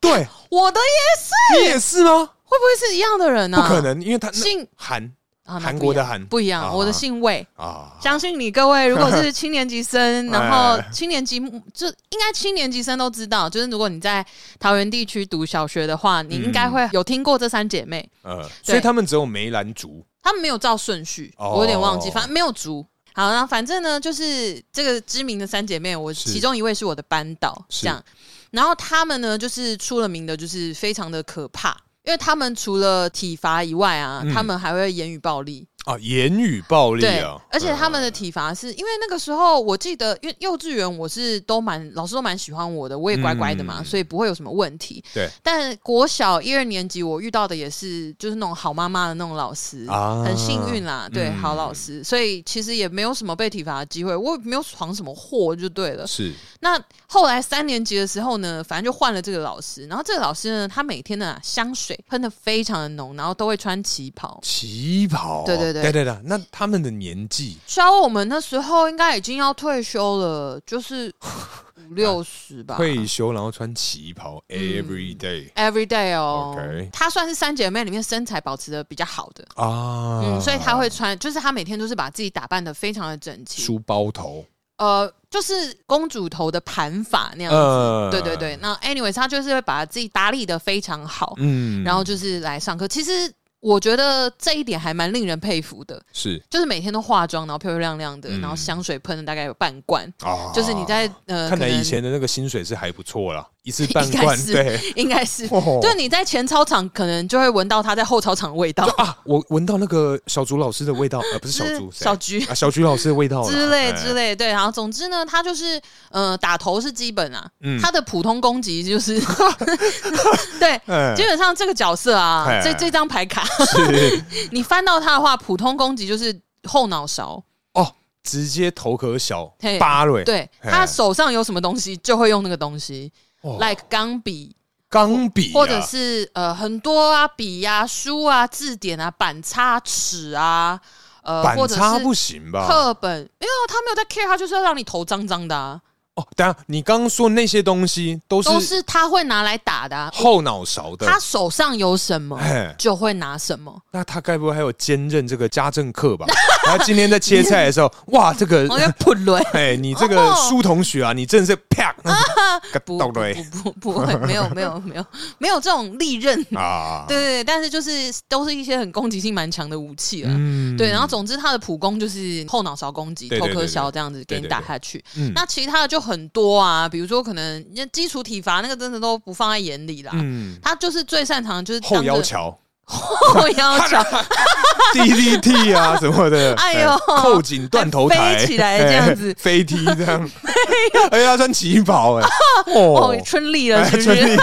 对，对，我的耶你也是吗？会不会是一样的人呢、啊不可，能，因为他那姓韩啊那韩不国一样的韩不一样，啊我的姓魏。啊，相信你各位，如果是七年 级生，然后哎七年级就应该七年级生都知道，就是如果你在桃园地区读小学的话，你应该会有听过这三姐妹，呃，所以他们只有梅兰竹她们没有照顺序，哦我有点忘记，反正没有足。好，然后反正呢，就是这个知名的三姐妹，我是其中一位是我的班导，是这样。然后她们呢，就是出了名的，就是非常的可怕，因为她们除了体罚以外啊，嗯她们还会言语暴力。啊，言语暴力对啊，，而且他们的体罚是因为那个时候，我记得因为幼稚园我是都蛮老师都蛮喜欢我的，我也乖乖的嘛，嗯所以不会有什么问题。对，但国小一二年级我遇到的也是就是那种好妈妈的那种老师。啊很幸运啦，对，嗯好老师，所以其实也没有什么被体罚的机会，我也没有闯什么祸就对了。呃是那后来三年级的时候呢，反正就换了这个老师，然后这个老师呢，他每天呢香水喷的非常的浓，然后都会穿旗袍，旗袍，对对对对对对，那他们的年纪虽然我们那时候应该已经要退休了，就是五六十吧。退休，然后穿旗袍，every 嗯 day every day 哦 OK 她算是三姐妹里面身材保持的比较好的，啊，嗯，所以她会穿，就是她每天都是把自己打扮的非常的整齐，梳包头，呃，就是公主头的盘发那样子，呃对对，对。那 anyways，她就是会把自己打理的非常好，嗯然后就是来上课。其实我觉得这一点还蛮令人佩服的，是就是每天都化妆，然后漂漂亮亮的，嗯然后香水喷了大概有半罐，啊就是你在呃，看来可能以前的那个薪水是还不错啦，一次半应该罐，是对， 应该是，哦就你在前操场可能就会闻到他在后操场的味道，啊，我闻到那个小竹老师的味道，呃，不是小之竹，谁小菊啊，小菊老师的味道啦之哎类之类，对，然后总之呢，他就是呃打头是基本啊，嗯他的普通攻击就是 对。哎基本上这个角色啊，哎这这张牌卡， 是你翻到他的话，普通攻击就是后脑勺，哦，直接头壳小嘿八蕊，对哎他手上有什么东西就会用那个东西哦，like 钢笔钢笔啊或者是呃很多啊笔呀、书啊、字典啊、板擦、尺啊，呃板或者擦是不行吧？课本，没有他没有在 care，他就是要让你头脏脏的、啊，哦，等一下你刚刚说那些东西都都是是他会拿来打的、啊，后脑勺的，他手上有什么哎就会拿什么。那他该不会还有兼任这个家政课吧？ 然后今天在切菜的时候，哇，这个 我要不伦， 哎，你这个苏同学啊，你真的是 啪，给哦啊 不倒不了欸不不不会，没有没有没有没有这种利刃， 啊，对对对，但是就是都是一些很攻击性蛮强的武器了。嗯对，然后总之他的普攻就是后脑勺攻击、对头对壳对削对这样子给你对对打对下去。嗯那其他的就很多啊，比如说可能那基础体罚那个真的都不放在眼里啦。嗯，他就是最擅长的就是后当着腰 桥 后腰 脚 DDT 啊什么的，哎呦扣紧断头台，飞起来这样子哎飞踢这 样，哎呀，他穿旗袍哎，哦哦，，春丽了哎是不春是？丽，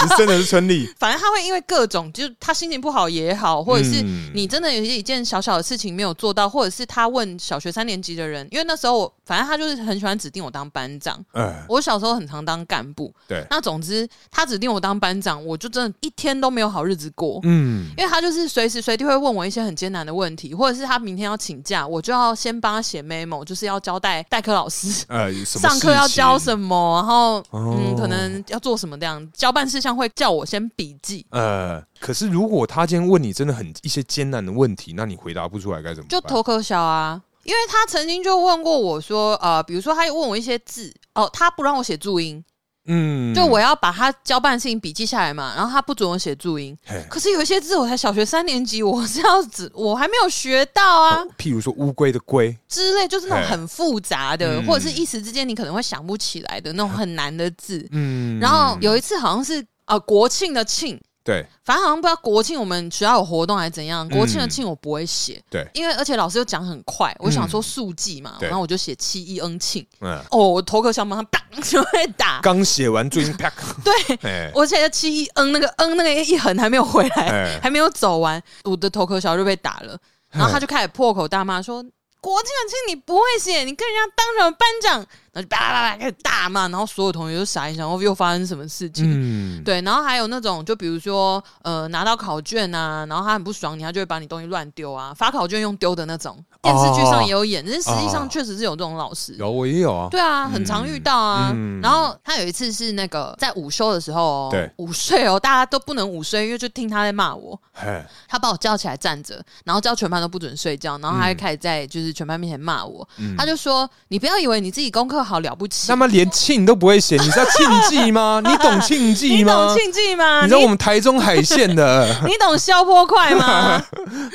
只真的是春丽，反正他会因为各种，就是他心情不好也好，或者是嗯你真的有一件小小的事情没有做到，或者是他问小学三年级的人，因为那时候我反正他就是很喜欢指定我当班长，哎，我小时候很常当干部，对，那总之他指定我当班长，我就真的一天都没有好日子过。嗯，因为他就是随时随地会问我一些很艰难的问题，或者是他明天要请假，我就要先帮他写 memo，就是要交代代课老师呃，什么上课要教么？什么，然后、嗯，哦可能要做什么这样交办事项会叫我先笔记，呃，可是如果他今天问你真的很一些艰难的问题，那你回答不出来该怎么办？就头壳小啊。因为他曾经就问过我说，呃，比如说他问我一些字，哦，他不让我写注音，嗯就我要把他交办的事情笔记下来嘛，然后他不准我写注音。嘿可是有一些字我才小学三年级，我是要只我还没有学到啊哦譬如说乌龟的龟，之类，就是那种嘿很复杂的，嗯或者是一时之间你可能会想不起来的那种很难的字。嗯然后有一次好像是呃国庆的庆，对反正好像不知道国庆我们学校有活动还是怎样，国庆的嗯庆我不会写，对，因为而且老师又讲很快，我想嗯说速记嘛，对然后我就写七一恩庆。嗯，哦，我头壳想马上当就会打，刚写完 最近啪，对，哎我写的七一嗯那个嗯那个一横还没有回来，哎，还没有走完，我的头壳小就被打了，然后他就开始破口大骂说。国庆的庆你不会写，你跟人家当什么班长？然后就叭叭叭叭开始大骂，然后所有同学都傻眼，想后又发生什么事情？嗯，对，然后还有那种，就比如说，呃，拿到考卷啊，然后他很不爽你，他就会把你东西乱丢啊，发考卷用丢的那种，电视剧上也有演，但是实际上哦确实是有这种老师。有我也有啊，对啊，很常遇到啊。嗯然后他有一次是那个在午休的时候、哦，对午睡哦，大家都不能午睡，因为就听他在骂我。嘿，他把我叫起来站着，然后叫全班都不准睡觉，然后他就嗯开始在就是全班面前骂我。嗯他就说：“你不要以为你自己功课好了不起他，妈连庆都不会写，你知道庆忌 吗？你懂庆忌你吗懂？庆忌吗？你知道我们台中海线的， 你懂消波块吗？”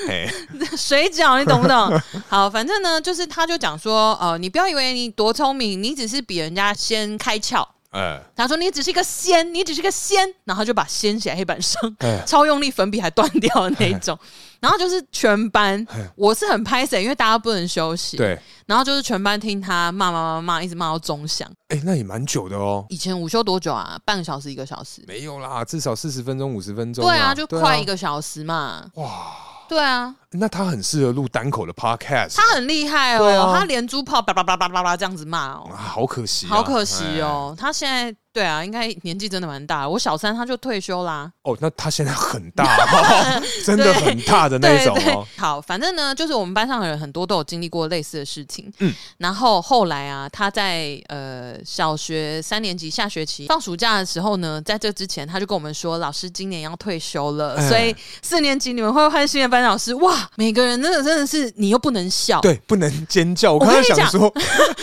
哎， 水饺，你懂不懂？ 好，反正呢，就是他就讲说，呃，你不要以为你多聪明，你只是比人家先开窍。哎，他说你只是一个仙，你只是个仙，然后就把仙写在黑板上， 哎超用力，粉笔还断掉的那一 种。然后就是全班，我是很拍手，因为大家不能休息。。对，然后就是全班听他骂骂骂骂，一直骂到钟响。哎，那也蛮久的哦。以前午休多久啊？半个小时、一个小时？没有啦，至少四十分钟、五十分钟。对啊，就快一。个小时嘛。哇，对啊，那他很适合录单口的 podcast。他很厉害对哦，啊他连珠炮叭叭叭叭叭叭这样子骂哦啊，。好可惜、啊，好可惜哦，他现在对啊，应该年纪真的蛮大。我小三他就退休啦，哎。哦，那他现在很 大、哦，真的很大的那对一种对哦。。好，反正呢，就是我们班上的人很多都有经历过类似的事情。嗯嗯，然后后来啊，他在呃小学三年级下学期放暑假的时候呢，在这之前他就跟我们说，老师今年要退休了，哎所以四年级你们会换新的班老师。哇，每个人真的真的是你又不能笑，对，不能尖叫。我跟刚你才想 说，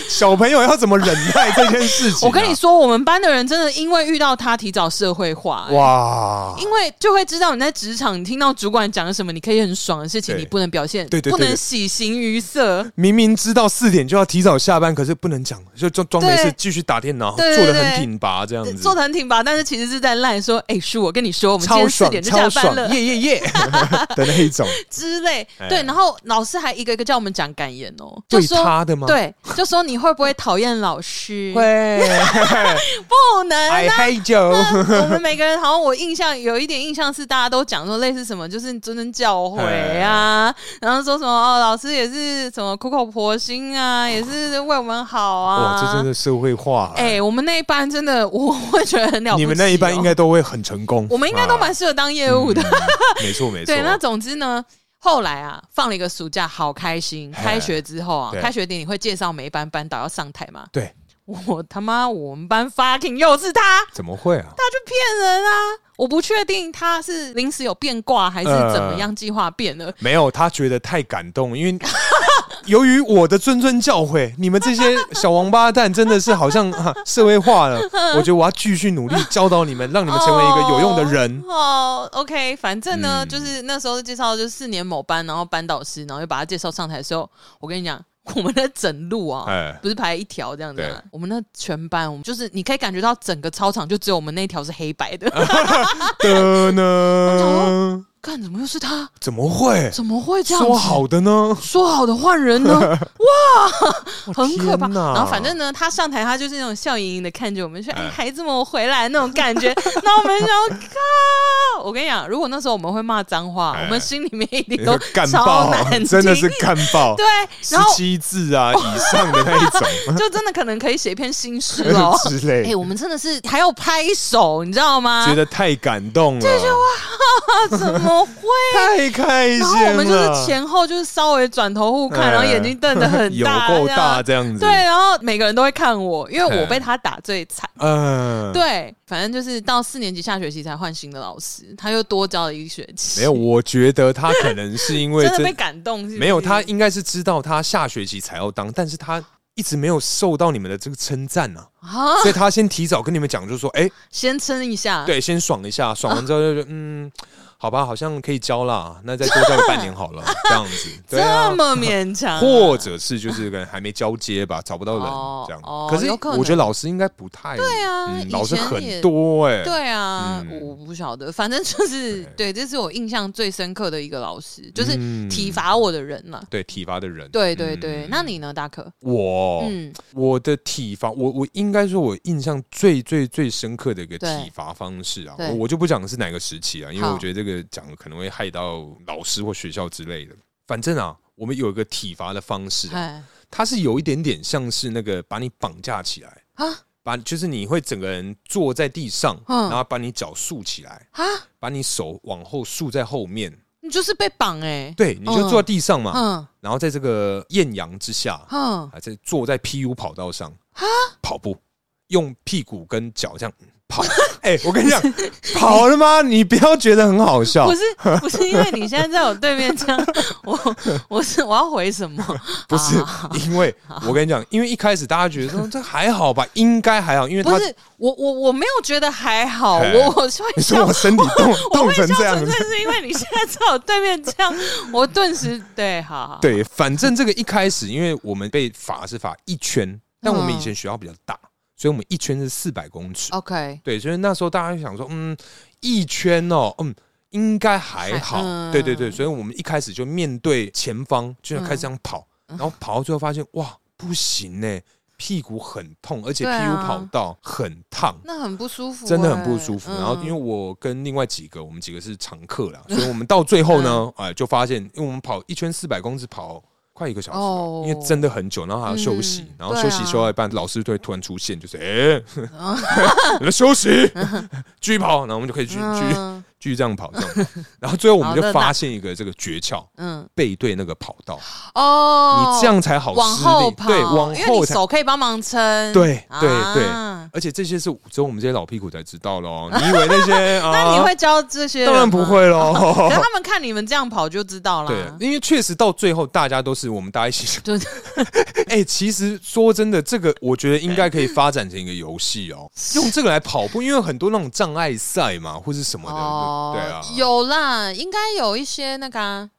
小朋友要怎么忍耐这件事情啊、我跟你说，我们班的人真的因为遇到他提早社会化、哇。哇，因为就会知道你在职场，你听到主管讲了什么，你可以很爽的事情，对你不能表现，对对对不能喜形于色，明明知道四点就要提早下班，可是不能讲，就装装没对事，继续打电脑，对对做的对很挺拔，这样子，做的很挺拔，但是其实是在赖说，哎、叔，我跟你说，我们今超天四爽点，就下超班爽，了耶耶 耶的那一种，之类。哎对，然后老师还一个一个叫我们讲感言哦，就对说。他的吗？，对，就说你会不会讨厌老师？会，不能哎啊！嗨 酒。我们每个人好像我印象有一点印象是，大家都讲说类似什么，就是谆谆教诲啊，哎然后说什么哦，老师也是什么苦口婆心啊，也是为我们好哇，啊。这真的社会化了。哎、我们那一班真的，我会觉得很了不起、你哦们那一班应，该都会很成功。我们应该都蛮适合当业务的。 啊嗯没错没错。对，那总之呢，后来啊，放了一个暑假，好开心。嘿开学之后啊，哎对开学典礼会介绍每一班班导要上台嘛。对，我他妈，我们班 fucking 又是他，怎么会啊？他就骗人啊！我不确定他是临时有变卦还是怎么嗯样，计划变了。没有，他觉得太感动，因为 由于我的谆谆教诲，你们这些小王八蛋真的是好像、啊、社会化了。我觉得我要继续努力教导你们，让你们成为一个有用的 人。哦、o k 反正呢，嗯就是那时候介绍就是四年某班，然后班导师，然后就把他介绍上台的时候，我跟你讲，我们的整路啊，哎不是排一条这样子、啊对，我们那全班，我们就是你可以感觉到整个操场就只有我们那一条是黑 白的。的说呢？看，哦怎么又是他？怎么会？怎么会这样子？说好的呢？说好的换人 呢？哇，很可怕。天哪然后反正呢，他上台，他就是那种笑盈盈的看着我们，说：“哎哎，孩子们，我回来那种感 觉。”然后我们想说，靠！我跟你讲，如果那时候我们会骂脏话，哎我们心里面一定都干超爆啊难，听，真的是干爆，对。啊十然后七字啊以上的那 一就真的可能可以写一篇新诗哦 种。之类哎、，我们真的是还要拍手，你知道吗？觉得太感动了，啊， 怎 么会？太开心然了。后我们就是前后就是稍微转头互看，哎然后眼睛瞪得很有大，够这样大。这样子，对，，然后每个人都会看我，因为我哎被他打最惨。嗯，。对，反正就是到四年级下学期才换新的老师，他又多教了一学期。没有，我觉得他可能是因为真的被感动是不是没有，他应该是知道他下学期才要当，但是他一直没有受到你们的这个称赞啊，啊，所以他先提早跟你们讲，就说，哎、先撑一下。啊对，先爽一下，爽完之后就觉得嗯，好吧，好像可以交啦，那 再多交个半年好了，这样子，对啊这。么勉强啊、或者是就是可能还没交接吧，找不到人哦这样哦。可是有可能我觉得老师应该不太对啊以前嗯老师很也多哎，对啊，嗯我不晓得，反正就是对，这是我印象最深刻的一个老师，就是嗯体罚我的人嘛。对体罚的人，对对对，嗯哦那你呢，大可？我嗯，我的体罚，我我应该说，我印象最最最深刻的一个对体罚方式啊，对我我就不讲是哪个时期啊，因为好我觉得这个讲可能会害到老师或学校之类的。反正啊，我们有一个体罚的方式啊、哎它是有一点点像是那个把你绑架起来，啊把就是你会整个人坐在地上，嗯然后把你脚竖起来，啊，把你手往后竖在后面，你就是被绑哎、对，啊你就坐在地上嘛，嗯然后在这个艳阳之下，嗯，还啊在坐在 PU 跑道上跑步，用屁股跟脚这样跑。 哎、我跟 你讲，跑了吗？你不要觉得很好笑不，是不是，因为你现在在我对面这样，我我是我要回什么？不是啊，因为我跟你讲，因为一开始大家觉得说这还好吧，应该还好，因为不他是我我我没有觉得还好，哎我我是会你笑说我身体动我动会笑成这样纯子，粹是因为你现在在我对面这样，我顿时对，好好，对，反正这个一开始，因为我们被罚是罚一圈，但我们嗯以前学校比较大，所以我们一圈是四百公尺。 ，OK，对，所以那时候大家就想说，嗯，一圈哦，嗯，应该还好。嗯对对对，所以我们一开始就面对前方，就要嗯开始这样跑，然后跑到最后发现，哇，不行呢、屁股很痛，而且对屁啊股跑道很烫。那很不舒服欸、真的很不舒服，嗯然后因为我跟另外几个，我们几个是常客啦，所以我们到最后嗯呢，哎，就发现，因为我们跑一圈四百公尺，跑快一个小时哦了，因为真的很久，然后还要休息嗯，然后对啊哦休息休到一半，老师就会突然出现，就是哎， 你们休息，继续跑，然后我们就可以继续继续嗯继续这样跑，这样跑，然后最后我们好就的那发现一个这个诀窍，嗯背对那个跑道，哦，你这样才好往施后力，跑，对，往因为后你才手可以帮忙撑，对对对啊而且这些是只有我们这些老屁股才知道喽。你以为那些啊？ 那你会教这些？当然不。会喽可。是他们看你 们这样跑就知道 对啦，。因为确实到最后大家都是我们大家一 起。对，哎、其实说真的，这个我觉得应该可以发展成一个游戏 哦，用这个来跑步，因为很多那种障碍赛嘛，或是什么的，对啊，哦有啦，应该有一些那个啊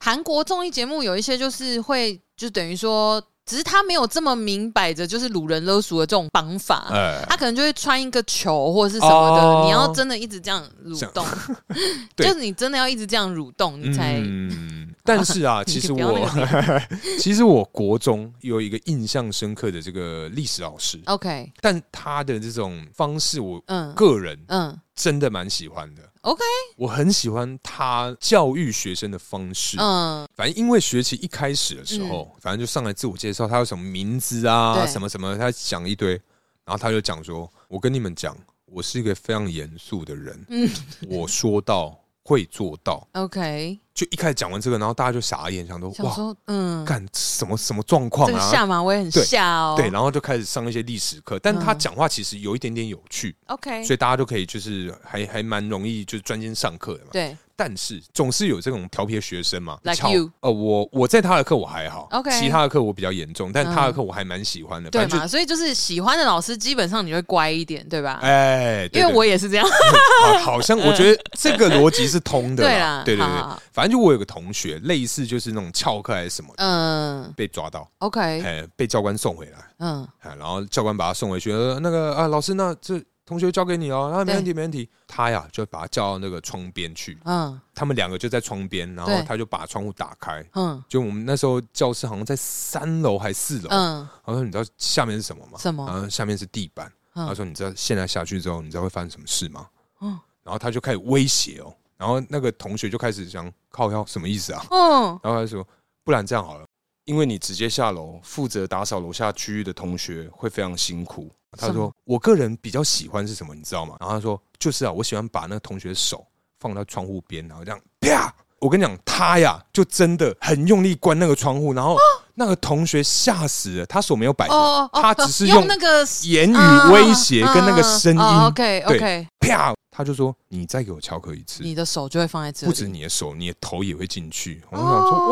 韩、国综艺节目有一些就是会，就等于说，只是他没有这么明摆着就是掳人勒赎的这种绑法。哎、他可能就会穿一个球或者是什么的，哦你要真的一直这样蠕动， 对就是你真的要一直这样蠕动，你才、嗯， 但是啊，其实不要那我， 其实我国中有一个印象深刻的这个历史老师， OK，但他的这种方式，我嗯个人嗯真的蛮喜欢的。 OK 我很喜欢他教育学生的方式。嗯反正因为学期一开始的时候，反正就上来自我介绍，他有什么名字啊，对什么什么，他讲一堆，然后他就讲说：“我跟你们讲，我是一个非常严肃的人，嗯我说到会做到。 OK，” 就一开始讲完这个，然后大家就傻眼，想说：“想哇，说嗯，干什么什么状况这个啊？”下马威很对下哦，对，然后就开始上一些历史课，但他嗯讲话其实有一点点有趣， ，OK，所以大家就可以就是还还蛮容易就是专心上课的嘛。对但是总是有这种调皮的学生嘛。 Like 巧 you 呃，我我在他的课我还好 OK 其他的课我比较严重，但他的嗯课我还蛮喜欢的。对反正就嘛，所以就是喜欢的老师，基本上你会乖一点，对吧？哎，对因为对我也是这样，好好像我觉得这个逻辑是通的对啦啦，对对好好对好，反正就我有个同学，类似就是那种翘课还是什么的，嗯被抓到， ，OK，哎，被教官送回来，嗯，哎，然后教官把他送回去，呃那个啊，老师，那这同学交给你哦，啊，没问题，没问题。他呀，就把他叫到那个窗边去，嗯他们两个就在窗边，然后对他就把窗户打开。嗯就我们那时候教室好像在三楼还四楼，嗯然后你知道下面是什么吗？什么然后下面是地板。嗯他说：“你知道现在下去之后，你知道会发生什么事吗？”嗯然后他就开始威胁哦，然后那个同学就开始想靠腰什么意思啊？嗯，然后他就说：“不然这样好了。”因为你直接下楼，负责打扫楼下区域的同学会非常辛苦。他什说么：“我个人比较喜欢是什么，你知道吗？”然后他说：“就是啊，我喜欢把那个同学的手放到窗户边，然后这样啪。”我跟你讲，他呀就真的很用力关那个窗户，然后那个同学吓死了，他手没有摆着，哦啊哦，他只是用用那个言语威胁跟嗯那个声音，哦，OK OK，啪，他就说：“你再给我翘课一次，你的手就会放在这里，不止你的手，你的头也会进去。”我就想哦说：“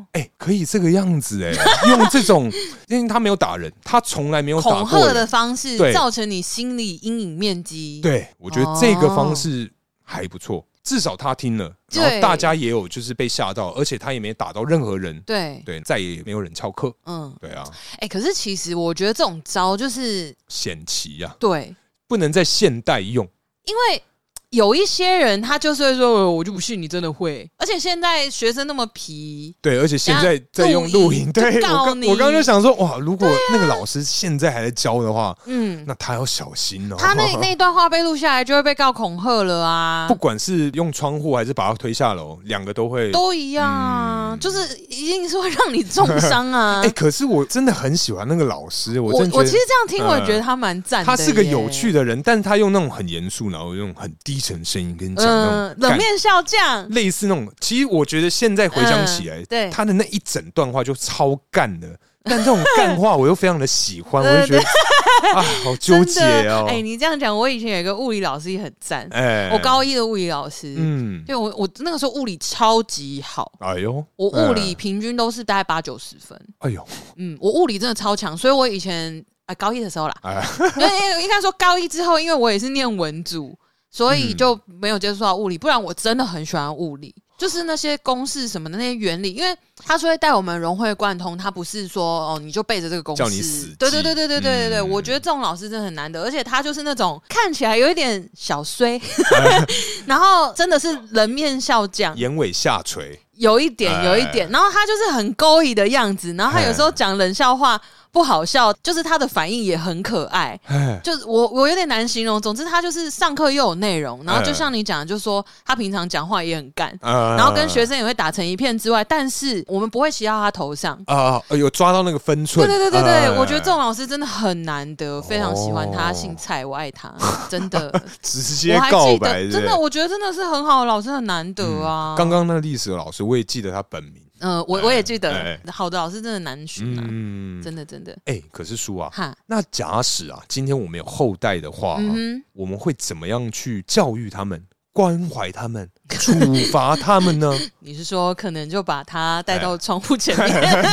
哇，哎、可以这个样子哎、 用这种，因为他没有打人，他从来没有打恐过吓人的方式对造成你心理阴影面积。，对，我觉得这个方式还不错。至少他听了，哦对然后大家也有就是被吓到，而且他也没打到任何人，对，对，再也没有人翘课，嗯，对啊，哎、可是其实我觉得这种招就是险棋呀、啊，对，不能在现代用，因为有一些人他就是会说，呃我就不信你真的会，而且现在学生那么皮，对，而且现在等下在用录录影影，对就告我刚你啊我刚刚就想说，哇，如果那个老师现在还在教的话，嗯，那他要小心哦，他那那段话被录下来就会被告恐吓了 啊不，管是用窗户还是把他推下楼，两个都会。都一样啊，嗯就是一定是会让你重伤啊。 哎、可是我真的很喜欢那个老师，我我真的我觉其得实这样听，我也嗯觉得他蛮赞的他耶。是个有趣的人，但是他用那种很严肃，然后用很低沉声音跟你讲那嗯，种冷感面笑匠，类似那种。其实我觉得现在回想起来，嗯对他的那一整段话就超干的，但这种干话我又非常的喜欢，嗯我就觉得啊，好纠结真的哦。哎、你这样讲，我以前有一个物理老师也很赞，哎我高一的物理老师，嗯，对我我那个时候物理超级好，哎呦，我物理平均都是大概八九十分，哎呦，嗯，我物理真的超强，所以我以前啊、高一的时候啦，哎，对，应该说高一之后，因为我也是念文组，所以就没有接触到物理，不然我真的很喜欢物嗯理。就是那些公式什么的那些原理，因为他是会带我们融会贯通，他不是说哦你就背着这个公式，叫你死记对对对对对对对对，嗯我觉得这种老师真的很难得，而且他就是那种看起来有一点小衰，哎 然后真的是人面笑匠，眼尾下垂，有一点，哎有一点。然后他就是很勾引的样子，然后他有时候讲冷笑话不好笑，就是他的反应也很可爱。哎，就是我我有点难形容，总之他就是上课又有内容，然后就哎嗯像你讲的，就说他平常讲话也很干，然然后跟学生也会打成一片之外，但是我们不会骑到他头上。啊，有抓到那个分寸，对对对对对，哎我觉得这种老师真的很难得，非常喜欢他，姓蔡，我爱他，真的。直哦我 接还告记白，得，真的，我觉得真的是很好的老师，很难得啊。嗯刚刚那个历史老师，我也记得他本名，呃，我我也记得，哎好的老师真的难寻啊，嗯，真的真的。哎，可是叔啊，哈，那假使啊，今天我们有后代的话啊、嗯我们会怎么样去教育他们、关怀他们、 处罚他们呢？哼，你是说可能就把他带到窗户前 面？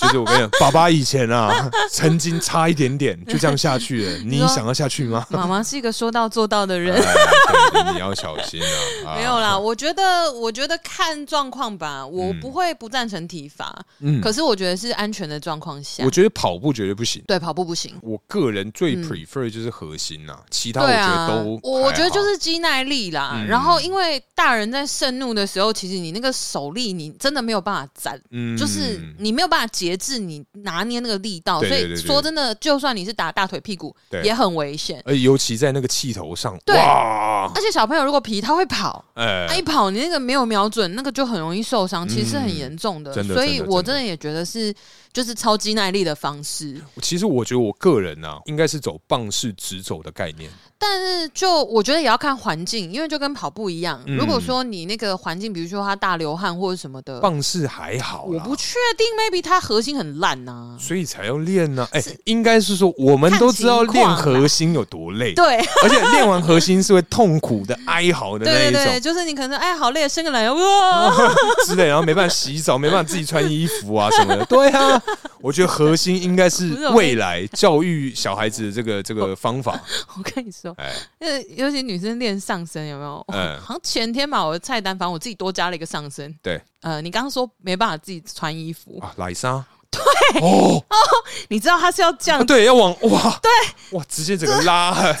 就是我跟你 讲，爸爸以前啊，曾经差一点点就这样下去 了，你说想要下去吗？妈妈是一个说到做到的 哎人。对你要小心啊！啊 没有，啦，我觉得，我觉得看状况吧，我嗯不会不赞成体罚，嗯，可是我觉得是安全的状况下我，觉得跑步绝对不行。对跑步不行。我个人最嗯 prefer 就是核心呐、其他我对觉啊得，都我还我觉得好就是肌耐力啦。嗯然后，因为大人在盛怒的时候，其实你那个手力，你真的没有办法攒嗯就是你没有办法节制你拿捏那个力道，对对所对以对说真的，就算你是打大腿屁股，对也很危险。而且尤其在那个气头上，对哇，而且小朋友如果皮，他会跑，哎、嗯他一跑你那个没有瞄准，那个就很容易受伤，其实是很严重的。真的所以真的我真的真的也觉得是就是超肌耐力的方式，其实我觉得我个人啊，应该是走棒式直走的概念。但是就我觉得也要看环境，因为就跟跑步一样，嗯如果说你那个环境，比如说他大流汗或者什么的，棒式还好呃我啦，不确定，maybe 他核心很烂啊呐、所以才要练呢、哎、应该是说我们都知道看情况练啦核心有多累，对，而且练完核心是会痛苦的、哀嚎的那对一对对，哦种嗯就是你可能哎好累，伸个懒腰，哇，之类，然后没办法洗澡，没办法自己穿衣服啊什么的。对啊，我觉得核心应该不是是我未来教育小孩子的这个这个方法。 我跟你说，哎呃，尤其女生练上身有没有？嗯 好像前天吧，我的菜单反正我自己多加了一个上身。对，呃，你刚刚说没办法自己穿衣服，啊，奶莎，对哦，你知道他是要 这样啊对，要往哇，对哇，直接整个拉。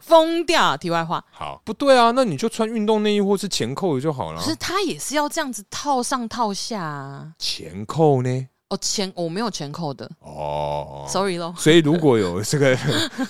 疯掉。啊题外话，好，不对啊，那你就穿运动内衣或是前扣的就好了可。是他也是要这样子套上套下啊。前扣呢？哦，前我没有前扣的哦， ，sorry 咯。所以，如果有这个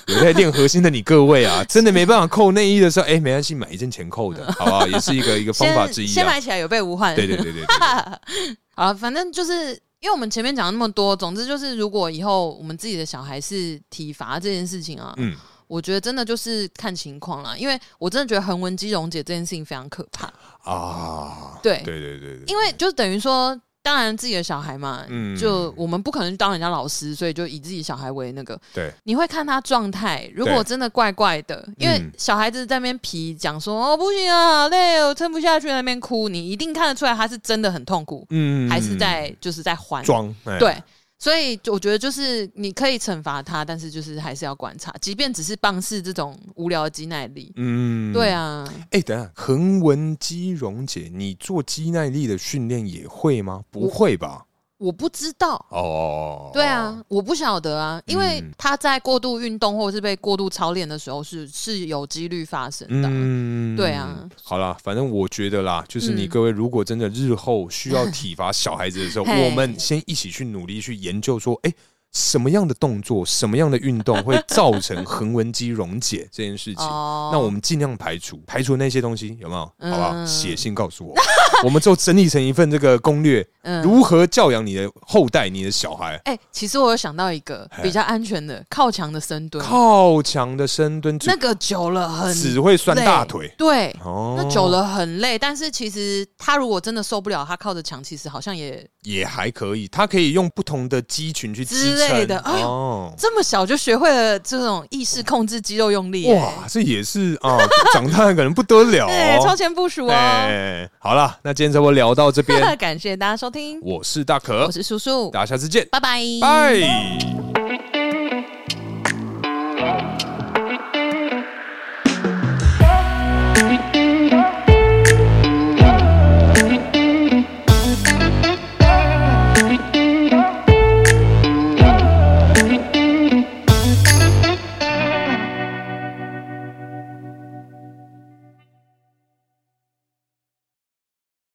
有在练核心的你各位啊，真的没办法扣内衣的时候，哎、没关系，买一件前扣的，好不好？也是一个一个方法之先一先啊。买起来有备无患。对对 对对对，啊，反正就是因为我们前面讲了那么多，总之就是，如果以后我们自己的小孩是体罚这件事情啊，嗯，我觉得真的就是看情况啦，因为我真的觉得横纹肌溶解这件事情非常可怕，啊，对对对对对，因为就等于说，当然自己的小孩嘛，嗯就我们不可能当人家老师，所以就以自己小孩为那个，对，你会看他状态，如果对真的怪怪的，因为嗯小孩子在那边皮讲说哦不行啊，好累哦，我撑不下去，在那边哭，你一定看得出来他是真的很痛苦，嗯还是在就是在还装，哎对，所以我觉得就是你可以惩罚他，但是就是还是要观察，即便只是棒式这种无聊的肌耐力。嗯，对。啊，哎、等一下，横纹肌溶解，你做肌耐力的训练也会吗？不会吧？我不知道。哦，对啊，我不晓得啊，因为嗯他在过度运动或者是被过度操练的时候是是有几率发生的啊。嗯对啊，好啦，反正我觉得啦，就是你嗯各位如果真的日后需要体罚小孩子的时候， 嘿我们先一起去努力去研究说，哎、什么样的动作、什么样的运动会造成横纹肌溶解这件事情？哦那我们尽量排除，排除那些东西，有没有？好不好？嗯写信告诉我，我们就整理成一份这个攻略，嗯如何教养你的后代、你的小孩。哎、其实我有想到一个比较安全的靠墙的深蹲，靠墙的深蹲只那个久了很只会酸累大腿，对，哦，那久了很累。但是其实他如果真的受不了，他靠着墙，其实好像也也还可以，它可以用不同的肌群去支之类的撑哎呦哦。这么小就学会了这种意识控制肌肉用力、哎哇，，这也是啊， 长大可能不得了、 对，超哦。前部署哦。哎好了，那今天差不多聊到这边 ，感谢大家收听，我是大可我，是叔叔，大家下次见，拜拜，拜。